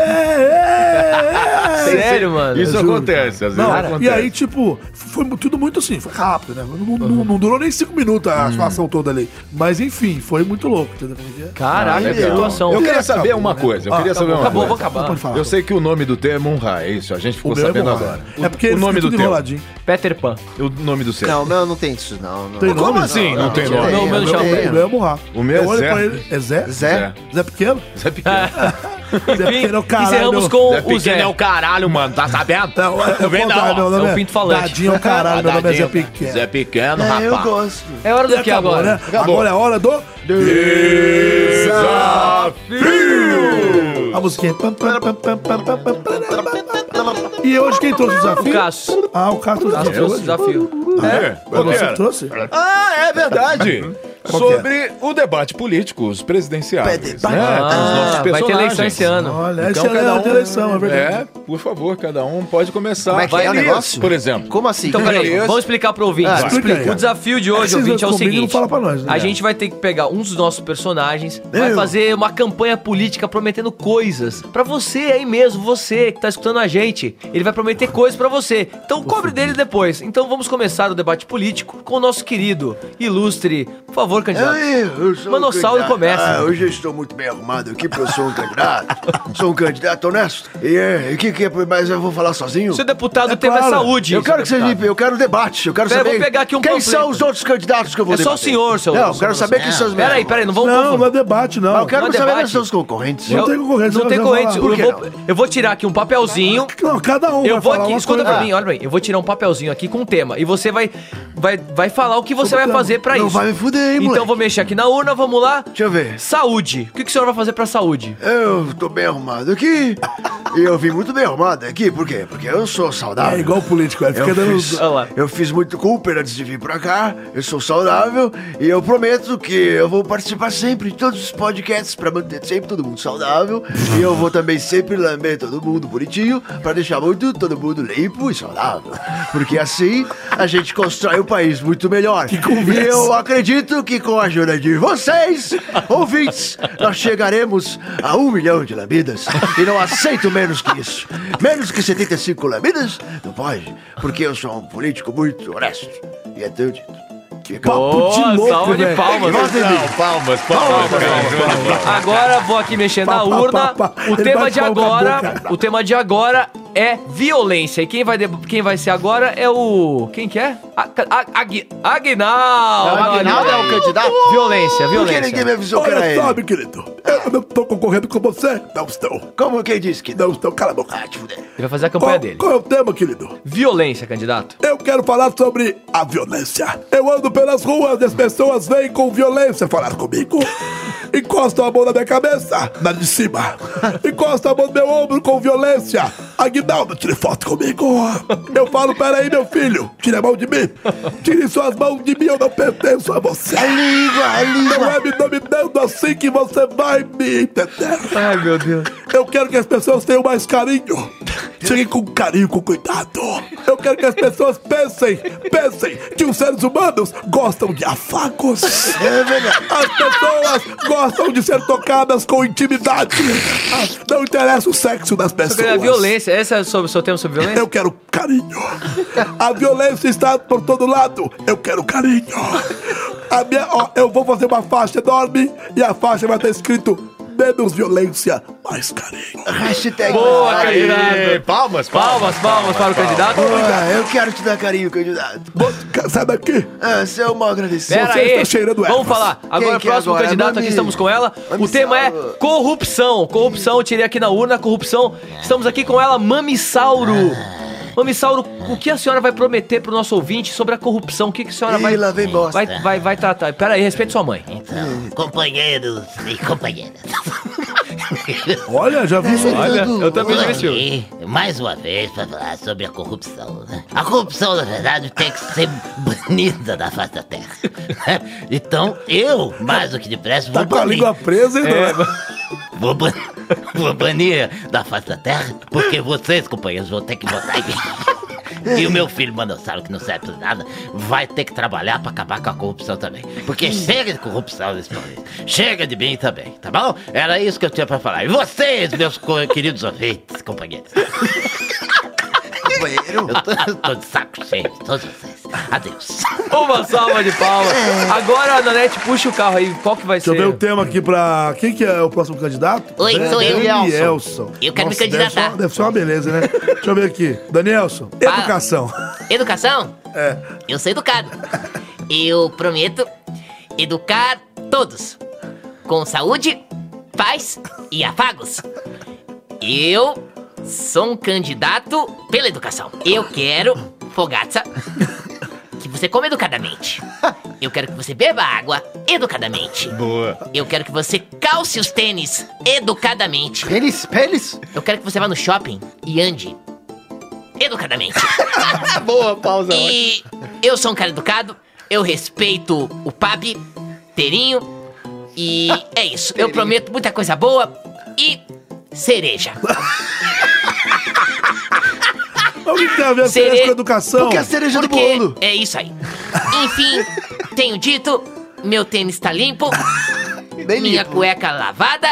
ê, ê, ê".
Sério, mano?
Isso
juro.
acontece, às vezes
Não,
acontece. É
e aí, tipo, foi mu- tudo muito assim, foi rápido, né? Não, não- não durou nem cinco minutos a situação toda ali. Mas enfim, foi muito louco, entendeu?
Caraca, que
Legal.
situação.
Eu
E
queria
acabou,
saber uma
né?
coisa, eu
Ah,
queria saber uma
Acabou, vou
coisa.
acabar.
Pode falar.
Eu sei que o nome do tema é Munra, é isso, a gente ficou sabendo
Munra.
agora.
É porque
o nome do
tudo
tema.
enroladinho.
Peter Pan.
O nome do seu.
Não, não, não tem isso, não. não.
Tem
Como
nome?
assim? Não, tem nome.
É,
Não,
tem,
meu
né?
não
chama.
tem.
O meu é Murra.
O meu é
Eu olho
Zé.
pra ele. É Zé?
Zé.
Zé Pequeno?
Zé Pequeno.
Zé Pequeno é o caralho.
Encerramos com o Zé.
Pequeno é o caralho, mano, tá sabendo?
Não, é,
Não vem
contrário,
não, ó.
meu nome
é o Pinto Falante.
Dadinho é o caralho, meu nome é Zé Pequeno.
Zé Pequeno,
É, eu
rapaz.
gosto.
É hora do que
Acabou,
agora?
né? Agora é a hora do... A musiquinha. Pam, pam, pam, pam, pam, pam, pam, pam, pam, pam. E hoje quem trouxe o desafio?
O Cássio.
Ah, o Cássio
Cássio
trouxe
trouxe o
hoje.
desafio.
É,
Ah,
qual que
Você
era?
trouxe?
Ah, é verdade. Sobre o debate político, os presidenciais. Né? os nossos
Ah, vai ter
personagens.
eleição esse ano.
Olha, esse
cada
é a
um-
eleição, é verdade.
É, por favor, cada um pode começar.
Como é que é o
Elias,
negócio?
Por exemplo.
Como assim?
Então, peraí, vamos explicar pro ouvinte.
Ah,
explica aí.
o desafio de
É que
hoje,
vocês
ouvinte, é o
combinam e não
seguinte.
fala pra nós, né?
A gente vai ter que pegar um dos nossos personagens, vai fazer uma campanha política prometendo coisas pra você aí mesmo, você que tá escutando a gente. Ele vai prometer coisas pra você. Então cobre dele depois. Então vamos começar o debate político com o nosso querido, ilustre, por favor, candidato.
Eu sou um
Manossauro
candidato.
começa.
Ah, hoje eu estou muito bem arrumado aqui, porque eu sou um candidato. sou um candidato honesto. E é, o que, que é? Mas eu vou falar sozinho?
Seu deputado teve a
Claro.
saúde.
Eu quero
seu
que vocês
deputado.
me. Eu quero debate. Eu quero
Pera, eu
saber.
vou pegar aqui um
quem
panfleto.
são os outros candidatos que eu vou
É só o
debater.
senhor, seu-
Não, eu
seu
quero saber quem são os meus.
Peraí, peraí, não vamos
Não, não
confundir.
é debate, não.
Eu quero
Não é
saber
debate.
quem são os concorrentes.
Não tem concorrente,
Não
você
tem
vai
corrente.
falar. Por
Eu vou, eu vou tirar aqui um papelzinho.
Não, cada um
Eu
vai
vou
falar
aqui,
uma
escuta
coisa.
pra mim, olha pra mim. Eu vou tirar um papelzinho aqui com um tema. E você vai, vai, vai falar o que você vai
tema.
fazer pra
Não
isso.
vai me fuder, hein,
então eu
moleque.
vou mexer aqui na urna, vamos lá.
Deixa eu ver.
Saúde. O que, que o senhor vai fazer pra saúde?
Eu tô bem arrumado aqui. e eu vim muito bem arrumado aqui. Por quê? Porque eu sou saudável.
É igual o político, é. Fica
Eu
dando...
fiz,
Olha lá.
eu fiz muito Cooper antes de vir pra cá, eu sou saudável e eu prometo que eu vou participar sempre de todos os podcasts pra manter sempre todo mundo saudável e eu vou também sempre lamber todo mundo bonitinho pra deixar muito todo mundo limpo e saudável. Porque assim a gente constrói um país muito melhor. e eu acredito que com a ajuda de vocês, ouvintes, nós chegaremos a um milhão de lambidas e não aceito menos que isso. Menos que 75 lambidas? Não pode, porque eu sou um político muito honesto. E é teu dito. Fica
Papo de louco,
salva de
velho.
palmas.
Não, palmas, palmas, palmas, palmas.
Agora vou aqui mexer na
Pá, pá,
urna.
pá, pá.
O
Ele
tema
bate
de
palma com a
agora,
boca.
o tema de agora é violência. E quem vai, de- quem vai ser agora é o quem que é? A, a, Agui- Aguinaldo.
O Aguinaldo é o candidato?
Violência,
Por que ninguém me
violência.
avisou que era
Olha,
ele?
sabe, querido, eu não tô concorrendo com você. Não estou.
Como quem disse que não?
Não estou. Cala a boca.
Ah, te fuder.
Ele vai fazer a campanha
Qual,
dele.
qual é o tema, querido?
Violência, candidato.
Eu quero falar sobre a violência. Eu ando pelas ruas e as pessoas vêm com violência falar comigo. Encostam a mão na minha cabeça, na de cima. Encostam a mão no meu ombro com violência. Aguinaldo, tire foto comigo. Eu falo, peraí, meu filho, tire a mão de mim. Tire suas mãos de mim, eu não pertenço a você.
É língua, é
Não
língua.
é me dominando assim que você vai me entender.
Ai, meu Deus.
Eu quero que as pessoas tenham mais carinho. Cheguem com carinho, com cuidado. Eu quero que as pessoas pensem, pensem que os seres humanos gostam de afagos.
É verdade.
As pessoas gostam de ser tocadas com intimidade. Não interessa o sexo das
Eu quero a
pessoas.
violência. Essa é sobre o seu tema sobre violência?
Eu quero carinho. A violência está por todo lado. Eu quero carinho. A minha, ó, eu vou fazer uma faixa enorme e a faixa vai estar escrito menos violência, mais carinho.
Hashtag.
Boa,
Ai,
Aê,
candidato.
Palmas,
Palmas,
palmas.
palmas para o candidato.
ah, eu quero te dar carinho, candidato.
Bom, Sai daqui.
Ah, você é um mal agradecido.
Pera
Você
aí,
está cheirando
vamos
ervas.
falar. Agora, o
que é
próximo
agora?
candidato,
Mami.
aqui estamos com ela.
Mami
O tema é
Sauro.
corrupção. Corrupção, eu tirei aqui na urna, corrupção. Estamos aqui com ela, Mamissauro. Mamissauro, o que a senhora vai prometer pro nosso ouvinte sobre a corrupção? O que, que a senhora
Ih,
vai,
lá vem bosta.
vai, vai, vai tratar? Pera aí, respeite sua mãe.
Então, companheiros e companheiras.
Olha, já vi isso.
Olha, eu também
Estou
digo isso.
aqui, mais uma vez, para falar sobre a corrupção. né? A corrupção, na verdade, tem que ser banida da face da terra. Então, eu, mais do que depressa, vou
Tá com a
banir.
língua presa, hein,
É,
dona?
Vou, ban- vou banir da face da terra, porque vocês, companheiros, vão ter que votar em mim. E o meu filho Manossauro, que não serve pra nada, vai ter que trabalhar pra acabar com a corrupção também. Porque chega de corrupção nesse país. Chega de mim também, tá bom? Era isso que eu tinha pra falar. E vocês, meus co- queridos ouvintes, companheiros.
Banheiro.
Eu tô, eu tô de saco cheio de todos vocês. Adeus.
Uma salva de palmas. Agora, a Nanete, puxa o carro aí. Qual que vai
Deixa eu ver o
ser?
tema aqui pra. Quem que é o próximo candidato?
Oi, sou eu.
Danielson.
Eu quero me
Nossa,
candidatar.
Deve ser, uma, deve ser uma beleza, né? Deixa eu ver aqui. Danielson, educação.
Educação?
É.
Eu sou educado. Eu prometo educar todos. Com saúde, paz e afagos.
Eu sou um candidato pela educação. Eu quero fogata que você coma educadamente. Eu quero que você beba água educadamente.
Boa.
Eu quero que você calce os tênis educadamente.
Peles, peles?
Eu quero que você vá no shopping e ande educadamente.
Boa
Tá
pausa.
E eu sou um cara educado, eu respeito o Papi, Terinho, e é isso. Eu prometo muita coisa boa e cereja.
Mas o que que tem a ver a
Seria-
cereja com a educação?
Porque a cereja do
Porque
bolo.
é isso aí. Enfim, tenho dito, meu tênis tá limpo,
Bem
minha
limpo.
cueca lavada,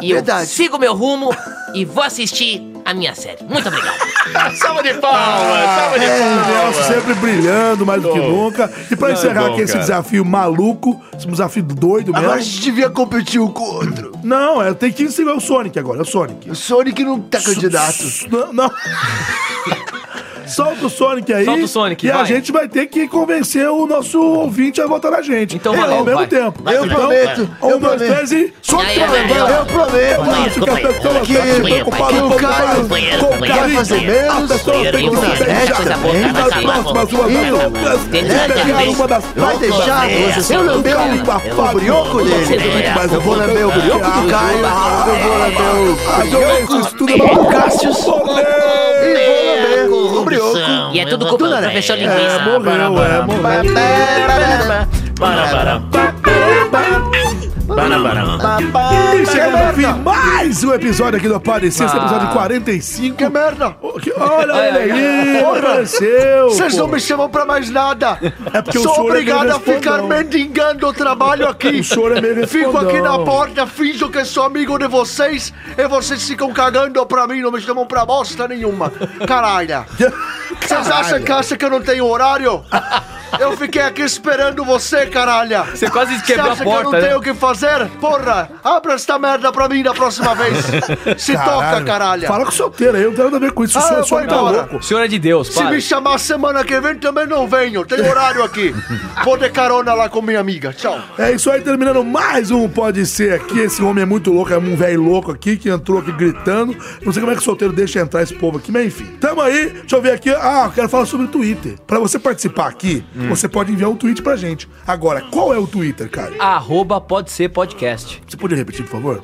e eu
Verdade.
sigo meu rumo e vou assistir a minha série. Muito obrigado.
Salva de palmas, salva de
O
palmas.
Nelson sempre brilhando mais do que nunca. E pra encerrar
é bom,
aqui esse
cara.
desafio maluco, esse desafio doido mesmo.
Agora a gente devia competir um com o outro.
Não, é, tem que ser o Sonic agora, é o Sonic.
O Sonic não tá candidato.
S- Não. não. Solta o Sonic aí.
Solta o Sonic,
E a
vai.
gente vai ter que convencer o nosso ouvinte a votar na gente.
Então,
É,
valeu,
ao mesmo
vai.
tempo.
Vai,
eu
vai,
prometo.
vai.
Um, dois, três e. Sonic!
Vai, vai, vai.
Eu prometo.
Nosso capitão
Companheiro,
Atlético preocupado
companheiro,
com o
companheiro,
Brasil, com o
companheiro,
carinho.
companheiro,
As pessoas
companheiro,
têm que
companheiro,
ser
coisa
beijas,
boa, vai,
das
vai,
próximas
vai,
suas
vai,
loucas,
vai,
de
vai,
pegar
vai,
uma das
Vai
palmas.
deixar,
É,
você lambeu
um eu-
o brioco dele.
É,
Mas eu vou lamber o brioco do Caio. Eu vou lamber o brioco
Isso tudo é bom.
Cássio. E vou lamber o brioco.
E é tudo
eu
culpa
não-
do professor
Ah,
É,
Linguiça.
morreu, é, morreu. E
é
chegamos ao fim mais um episódio aqui do Aparecer, esse episódio 45.
Que é merda.
Ô, que- Olha ele aí, apareceu.
Vocês
pô.
não me chamam pra mais nada.
É porque o
Sou
senhor é
obrigado
meio
a ficar
respondão.
mendigando o trabalho aqui.
O senhor é meio
Fico aqui na
respondão.
porta, finjo que sou amigo de vocês e vocês ficam cagando pra mim, não me chamam pra bosta nenhuma. Caralho. Vocês acham que, acham que eu não tenho horário? Eu fiquei aqui esperando você, caralho.
Você quase
Você
quebrou a
acha que eu não
porta, né?
tenho o que fazer? Porra, abra esta merda pra mim da próxima vez. Se toca, caralho.
Fala com o solteiro aí, eu não tenho nada a ver com isso.
Ah,
o senhor,
eu
o senhor
vou
tá
embora.
louco.
O senhor é de Deus,
Se
para.
me chamar semana que vem, também não venho. Tem horário aqui. Vou de carona lá com minha amiga. Tchau.
É isso aí, terminando mais um Pode Ser aqui. Esse homem é muito louco, é um velho louco aqui que entrou aqui gritando. Não sei como é que o solteiro deixa entrar esse povo aqui, mas enfim. Tamo aí, deixa eu ver aqui. Ah, eu quero falar sobre o Twitter. Pra você participar aqui, você pode enviar um tweet pra gente. Agora, qual é o Twitter, cara?
Arroba pode ser podcast.
Você pode repetir, por favor?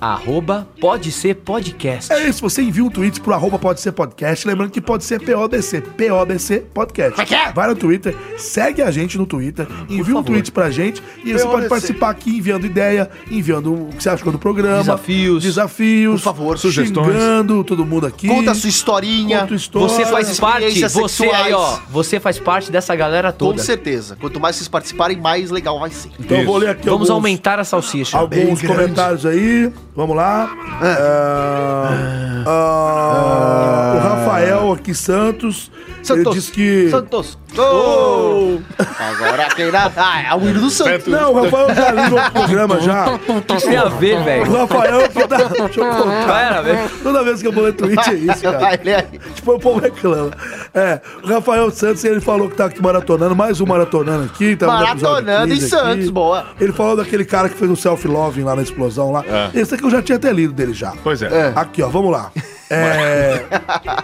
Arroba pode ser podcast.
É isso, você envia um tweet pro arroba pode ser podcast, lembrando que pode ser PODC, PODC podcast.
é
Vai no Twitter, segue a gente no Twitter, envia um tweet pra gente e você pode participar aqui enviando ideia, enviando o que você achou do programa.
Desafios.
Desafios.
Por favor,
sugestões.
Xingando todo mundo aqui.
Conta a sua historinha.
Conta a história.
Você faz parte,
Experiências
você aí, ó. Você faz parte dessa galera
Com
toda.
certeza. Quanto mais vocês participarem, mais legal vai ser.
Então eu vou ler aqui
Vamos
alguns,
aumentar a salsicha.
alguns comentários aí. Vamos lá.
É.
Ah, ah, o Rafael aqui, Santos. Ele
Santos.
disse que.
Santos. Gol! Agora que irá. Ah, é o hino do Santos.
Não, o Rafael tá ali no programa já.
O que isso tem a ver,
O
velho?
Rafael, toda, deixa eu contar.
Para, velho.
é.
Toda vez que eu vou ler tweet é isso, cara.
Ele é-
Tipo, o povo reclama. É, o Rafael Santos, ele falou que tá aqui maratonando, mais um maratonando aqui. Tá no episódio
Maratonando
15
em Santos, boa.
Ele falou daquele cara que fez o self-loving lá na explosão lá.
É.
Esse aqui eu já tinha até lido dele já.
Pois é.
Aqui, ó, vamos lá. É.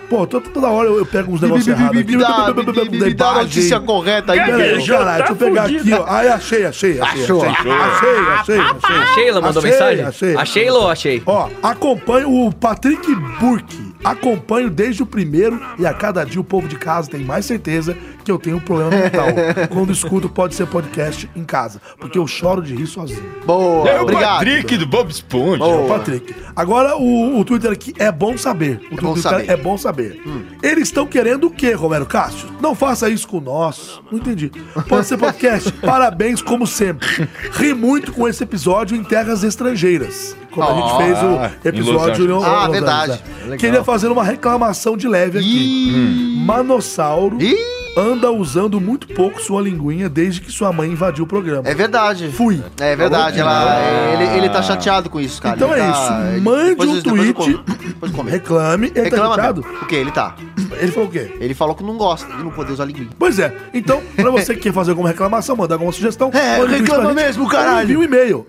Pô, tô- toda hora eu, eu pego uns negócios errados aqui.
Me dá- me- me- me dá a notícia
Daí,
correta aí,
Peraí,
meu.
caralho, deixa eu pegar aqui, ó. Ai, achei, achei, achei.
Achou.
Achei, achei, achei. achei.
A Sheila mandou
Achei,
mensagem?
achei.
A Sheila ou achei?
Ó, acompanho o Patrick Burke. Acompanho desde o primeiro e a cada dia o povo de casa tem mais certeza que eu tenho um problema mental. Quando escuto, pode ser podcast em casa, porque eu choro de rir sozinho.
Boa,
É o
obrigado.
Patrick do Bob Esponja.
É o Patrick. Agora o, o Twitter aqui é bom saber. O Twitter
bom saber. Hum.
é bom saber. Eles estão querendo o quê, Romero Cássio? Não faça isso com nós. Não entendi. Pode ser podcast. Parabéns, como sempre. Ri muito com esse episódio em terras estrangeiras. Quando a gente fez
Ah,
o
em Los
episódio
Angeles.
Leon-
Ah,
Los
verdade.
Angeles, é.
Legal.
Queria fazer uma reclamação de leve aqui. Manossauro
Ih.
anda usando muito pouco sua linguinha desde que sua mãe invadiu o programa.
É verdade.
Fui.
Tá
É verdade, ela,
Ah.
ele, ele tá chateado com isso, cara.
Então
Ele
é
tá-
isso,
ele-
mande
depois
um
eu- depois eu
tweet.
conto. Depois eu comento.
Reclame. Ele
Reclama
tá irritado?
mesmo. O que? Ele tá.
Ele falou o quê?
Ele falou que não gosta de não poder usar linguinha.
Pois é. Então, pra você que quer fazer alguma reclamação, mandar alguma sugestão,
É,
manda um tweet
reclama
pra gente,
mesmo,
ou
caralho.
Envia um e-mail.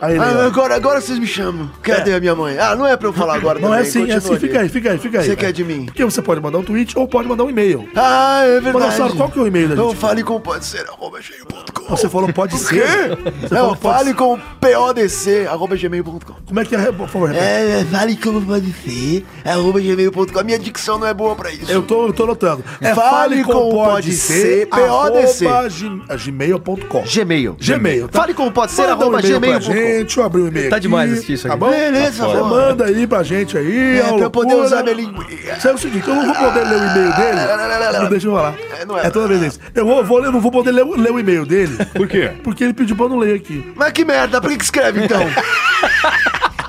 Aí ele
Ah,
é.
olha.
agora, agora vocês me chamam. Cadê a minha mãe? Ah, não é pra eu falar agora
Não
também.
é assim, é
continua
assim.
ali.
Fica aí, fica aí, fica aí.
Você quer de mim?
Porque você pode mandar um tweet ou pode mandar um e-mail.
Ah, é verdade.
Manossauro, qual que é o e-mail da
Não
gente?
fale com pode ser, arroba gmail.com.
Você falou pode
O
ser.
quê?
Você
Não,
falou
fale
pode
com podc, arroba gmail.com.
Como é que é? Por favor, repete.
É, fale como pode ser, arroba gmail.com. A minha dicção não é boa pra isso.
Eu tô, eu tô notando. É
Fale com pode ser, PODC.
arroba gim- é gmail.com.
Gmail.
Gmail, tá?
Fale como pode ser,
Manda
arroba
um e-mail pra
gmail.com.
gente, eu abri o e-mail
Tá demais
aqui,
assistir isso
Tá
aqui.
bom?
Beleza,
Você
mano.
manda aí pra gente aí.
É, pra eu poder usar minha
língua.
linguinha.
Sabe o seguinte, eu não vou poder ler o e-mail dele. Não deixa eu falar.
É,
É,
não é.
toda vez isso. Eu vou, vou ler, não vou poder ler, o- ler o e-mail dele.
Por quê?
Porque ele pediu pra eu não ler aqui.
Mas que merda, por que, que escreve então?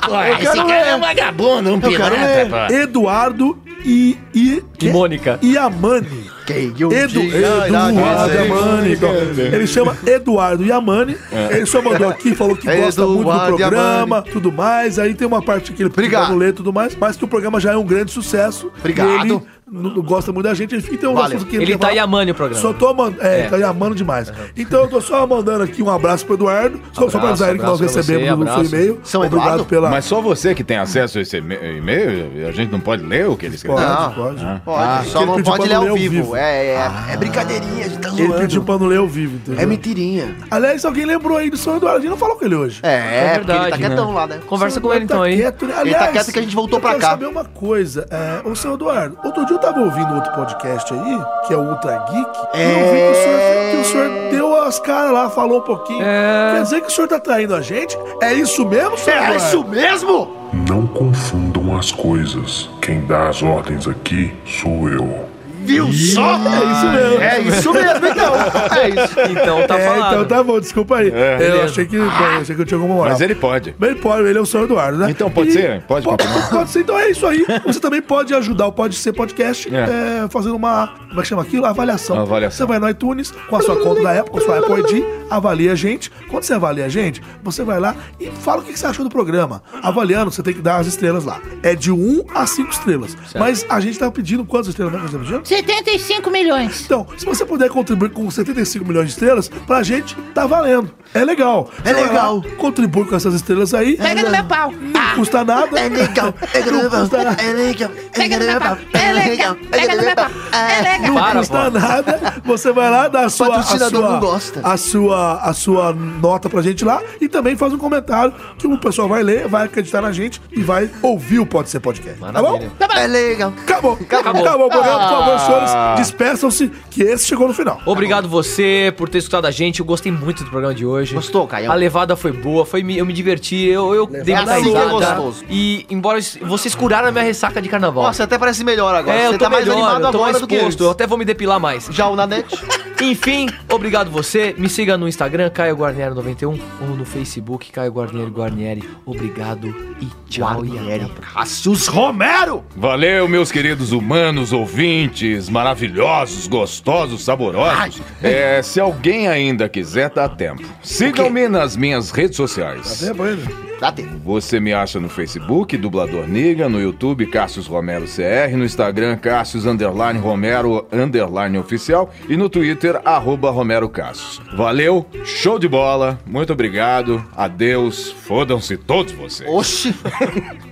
Porra, esse
quero
cara
ler.
é um vagabundo, um
Eu
pirata,
quero ler.
pô.
Eduardo e. e
E Mônica.
Yamani.
Quem? Eu ah, tá,
Edu,
"Ah,
Eduardo Yamani. então. Ele chama Eduardo Yamani. Ele só mandou aqui, falou que
É
gosta muito do
Eduardo
programa, tudo mais. Aí tem uma parte que ele
Obrigado.
não lê tudo mais, mas que o programa já é um grande sucesso.
Obrigado.
E ele n- n- gosta muito da gente. Ele fica então,
Valeu.
assunto que
Ele
levar-
tá Yamani o programa.
Só tô mandando. É, tá Yamano demais. Então eu tô só mandando aqui um abraço pro Eduardo. Só, só pra
Abraço,
avisar ele que nós
abraço pra você,
recebemos o seu
abraço.
e-mail.
São
Obrigado
Eduardo?
pela.
Mas só você que tem acesso a esse e-mail- e-mail, a gente não pode ler o que ele escreveu.
Não.
pode.
Pode,
tá,
Ah,
só
ele
não
pediu
pode
pra
ler
não
ao vivo. É, é,
Ah.
é brincadeirinha, a gente tá
Ele
zoando.
pediu pra não ler ao vivo, entendeu?
É mentirinha.
Aliás, alguém lembrou aí do São Eduardo. A gente não falou com ele hoje.
É, é porque ele tá
verdade, né?
quietão lá, né?
Conversa
Seu
com ele
Eduardo
então
tá
aí.
Quieto, né?
Ele
Aliás,
tá quieto que a gente voltou
eu
pra
quero
cá.
saber uma coisa. É, ô, seu Eduardo, outro dia eu tava ouvindo outro podcast aí, que é o Ultra Geek, e eu vi que o
É.
senhor, que o senhor deu as caras lá, falou um pouquinho. Quer dizer que o senhor tá traindo a gente? É isso mesmo, senhor
É
Eduardo?
isso mesmo?
Não confundam as coisas. Quem dá as ordens aqui sou eu.
Viu só?
É isso mesmo.
É isso mesmo, então. É isso.
Então tá
É,
falado.
então tá bom, desculpa aí. eu
É,
Beleza.
achei que, eu achei que eu tinha alguma moral.
Mas ele pode.
Mas ele pode, ele é o senhor Eduardo, né?
Então, pode ser? Pode
pode,
continuar?
pode ser, então é isso aí. Você também pode ajudar o Pode Ser Podcast
É.
eh, fazendo uma, como é que chama aquilo? Avaliação.
Uma avaliação.
Você vai no iTunes com a sua conta da Apple, com a sua Apple ID, avalia a gente. Quando você avalia a gente, você vai lá e fala o que que você achou do programa. Avaliando, você tem que dar as estrelas lá. É de 1 a 5 estrelas. Mas a gente tá pedindo quantas estrelas, né? que Você tá pedindo?
75 milhões.
Então, se você puder contribuir com 75 milhões de estrelas, pra gente tá valendo. É legal.
É legal.
Contribui com essas estrelas aí.
É,
Pega no meu pau. Ah,
Não custa nada.
É legal, é
Não custa
legal,
nada.
é legal, é
Pega no meu pau.
legal, Ah,
É legal. Pega no meu pau. É legal.
Não
Para,
custa
pô.
nada. Você vai lá, dá a sua, a
Patrocinador
sua,
não gosta.
a sua a sua nota pra gente lá e também faz um comentário que o pessoal vai ler, vai acreditar na gente e vai ouvir o Pode Ser Podcast.
Maravilha.
Tá bom?
É legal.
Acabou. Acabou. Acabou o programa. Por favor, senhores, despeçam-se que esse chegou no final.
Obrigado você por ter escutado a gente. Eu gostei muito do programa de hoje.
Gostou, Caio?
A levada foi boa, foi, eu me diverti, eu, eu dei
assim
muita
que é
risada.
gostoso.
E embora es- vocês curaram a minha ressaca de carnaval.
Nossa, até parece melhor agora.
é, eu
Você
tô
tá mais
melhor,
animado
eu tô
agora
mais
do que
exposto, eu até vou me depilar mais.
antes. Já o Nanete?
Enfim, obrigado você. Me siga no Instagram, Caio Guarnieri91, ou no Facebook, Caio Guarnieri Guarnieri. Obrigado e tchau. e até a próxima.
Cassius Romero!
Valeu, meus queridos humanos, ouvintes, maravilhosos, gostosos, saborosos. É, se alguém ainda quiser, dá tempo. Sigam-me nas minhas redes
Tá
sociais.
Até banho.
Dá tempo.
Você me acha no Facebook, Dublador Niga, no YouTube, Cassius Romero CR, no Instagram, Cassius Underline Romero Underline Oficial e no Twitter, arroba Romero Cassius. Valeu, show de bola, muito obrigado, adeus, fodam-se todos vocês.
Oxi,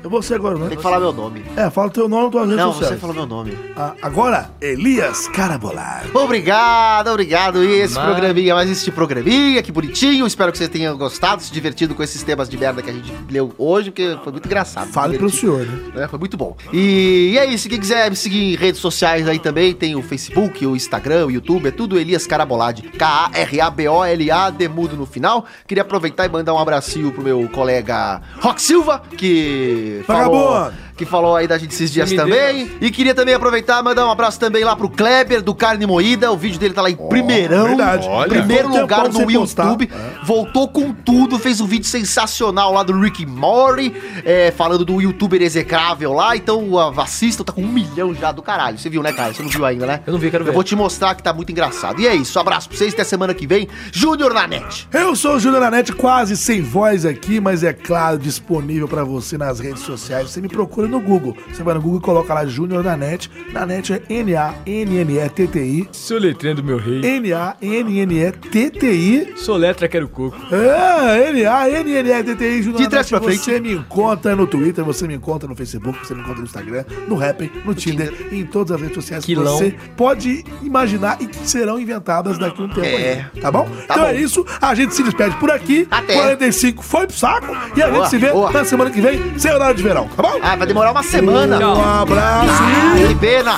É você agora, né?
tem que falar meu nome.
É, fala teu nome, tua redes
Não,
sociais.
você falou meu nome.
Ah, agora, Elias Carabolari.
Obrigado, obrigado. E esse
Mas-
programinha, mais este programinha, que bonitinho. Espero que vocês tenham gostado, se divertido com esses temas de merda que a gente leu hoje, porque foi muito engraçado.
Fale pro
divertido.
senhor, né?
né? Foi muito bom. E, e é isso. Quem quiser me seguir em redes sociais aí também, tem o Facebook, o Instagram, o YouTube, é tudo Elias Carabolade. K-A-R-A-B-O-L-A, demudo no final. Queria aproveitar e mandar um abracinho pro meu colega Rock Silva, que falou,
Vagabundo!
que falou aí da gente esses dias
Me
também. E queria também aproveitar e mandar um abraço também lá pro Kleber, do Carne Moída. O vídeo dele tá lá em primeirão.
verdade.
Olha.
Primeiro
Ficou um
lugar
tempão
no
sem postar.
YouTube. Voltou com tudo, fez um vídeo sensacional lá do Rick Mori, é, falando do youtuber execrável lá. Então a- assistam, tá com um milhão já do caralho. Você viu, né, cara? Você não viu ainda, né?
Eu não vi, quero ver.
Eu vou te mostrar que tá muito engraçado. E é isso, abraço pra vocês, até semana que vem. Júnior na net.
Eu sou o Júlio Nanete, quase sem voz aqui, mas é claro, disponível pra você nas redes sociais. Você me procura Júnior no Google. Você vai no Google e coloca lá Júnior na net. Na net é N-A-N-N-E-T-T-I.
Seu letrinha do meu rei.
N-A-N-N-E-T-T-I.
Soletra quero coco.
É, N-A-N-N-E-T-T-I. Júnior
De
na
trás pra
net.
frente.
Você me encontra no Twitter, você me encontra no Facebook, você me encontra no Instagram, no Rap, no Tinder, em todas as redes sociais que
Quilão.
você pode imaginar e que serão inventadas daqui a um tempo
É.
aí, Tá bom? então é
bom.
isso. A gente se despede por aqui. Até. 45 foi pro saco. E a
Boa,
gente se vê
boa.
na semana que vem, sem horário de verão, tá bom?
Ah, vai demorar uma semana. Ah,
Um abraço.
Que pena.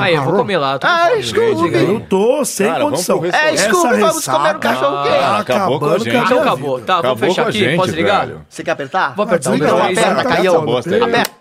Aí, eu é, vou comer lá. eu tô com
Ah,
fome,
Scooby.
gente.
Eu tô sem
Cara, vamos
condição.
pro restaurante. Ah,
É, Scooby, vamos
ressaca
comer um cachorro quente.
tá
Acabou com a
acabando
gente.
com a
Então
minha
acabou. Tá, vou
Acabou
fechar
com a
aqui.
gente,
Posso ligar?
velho.
Você quer apertar?
Vou apertar
Ah,
o
desliga
botão.
lá,
aí.
aperta,
Aperta,
aperta
Caião.
essa bosta
aí.
Aperta.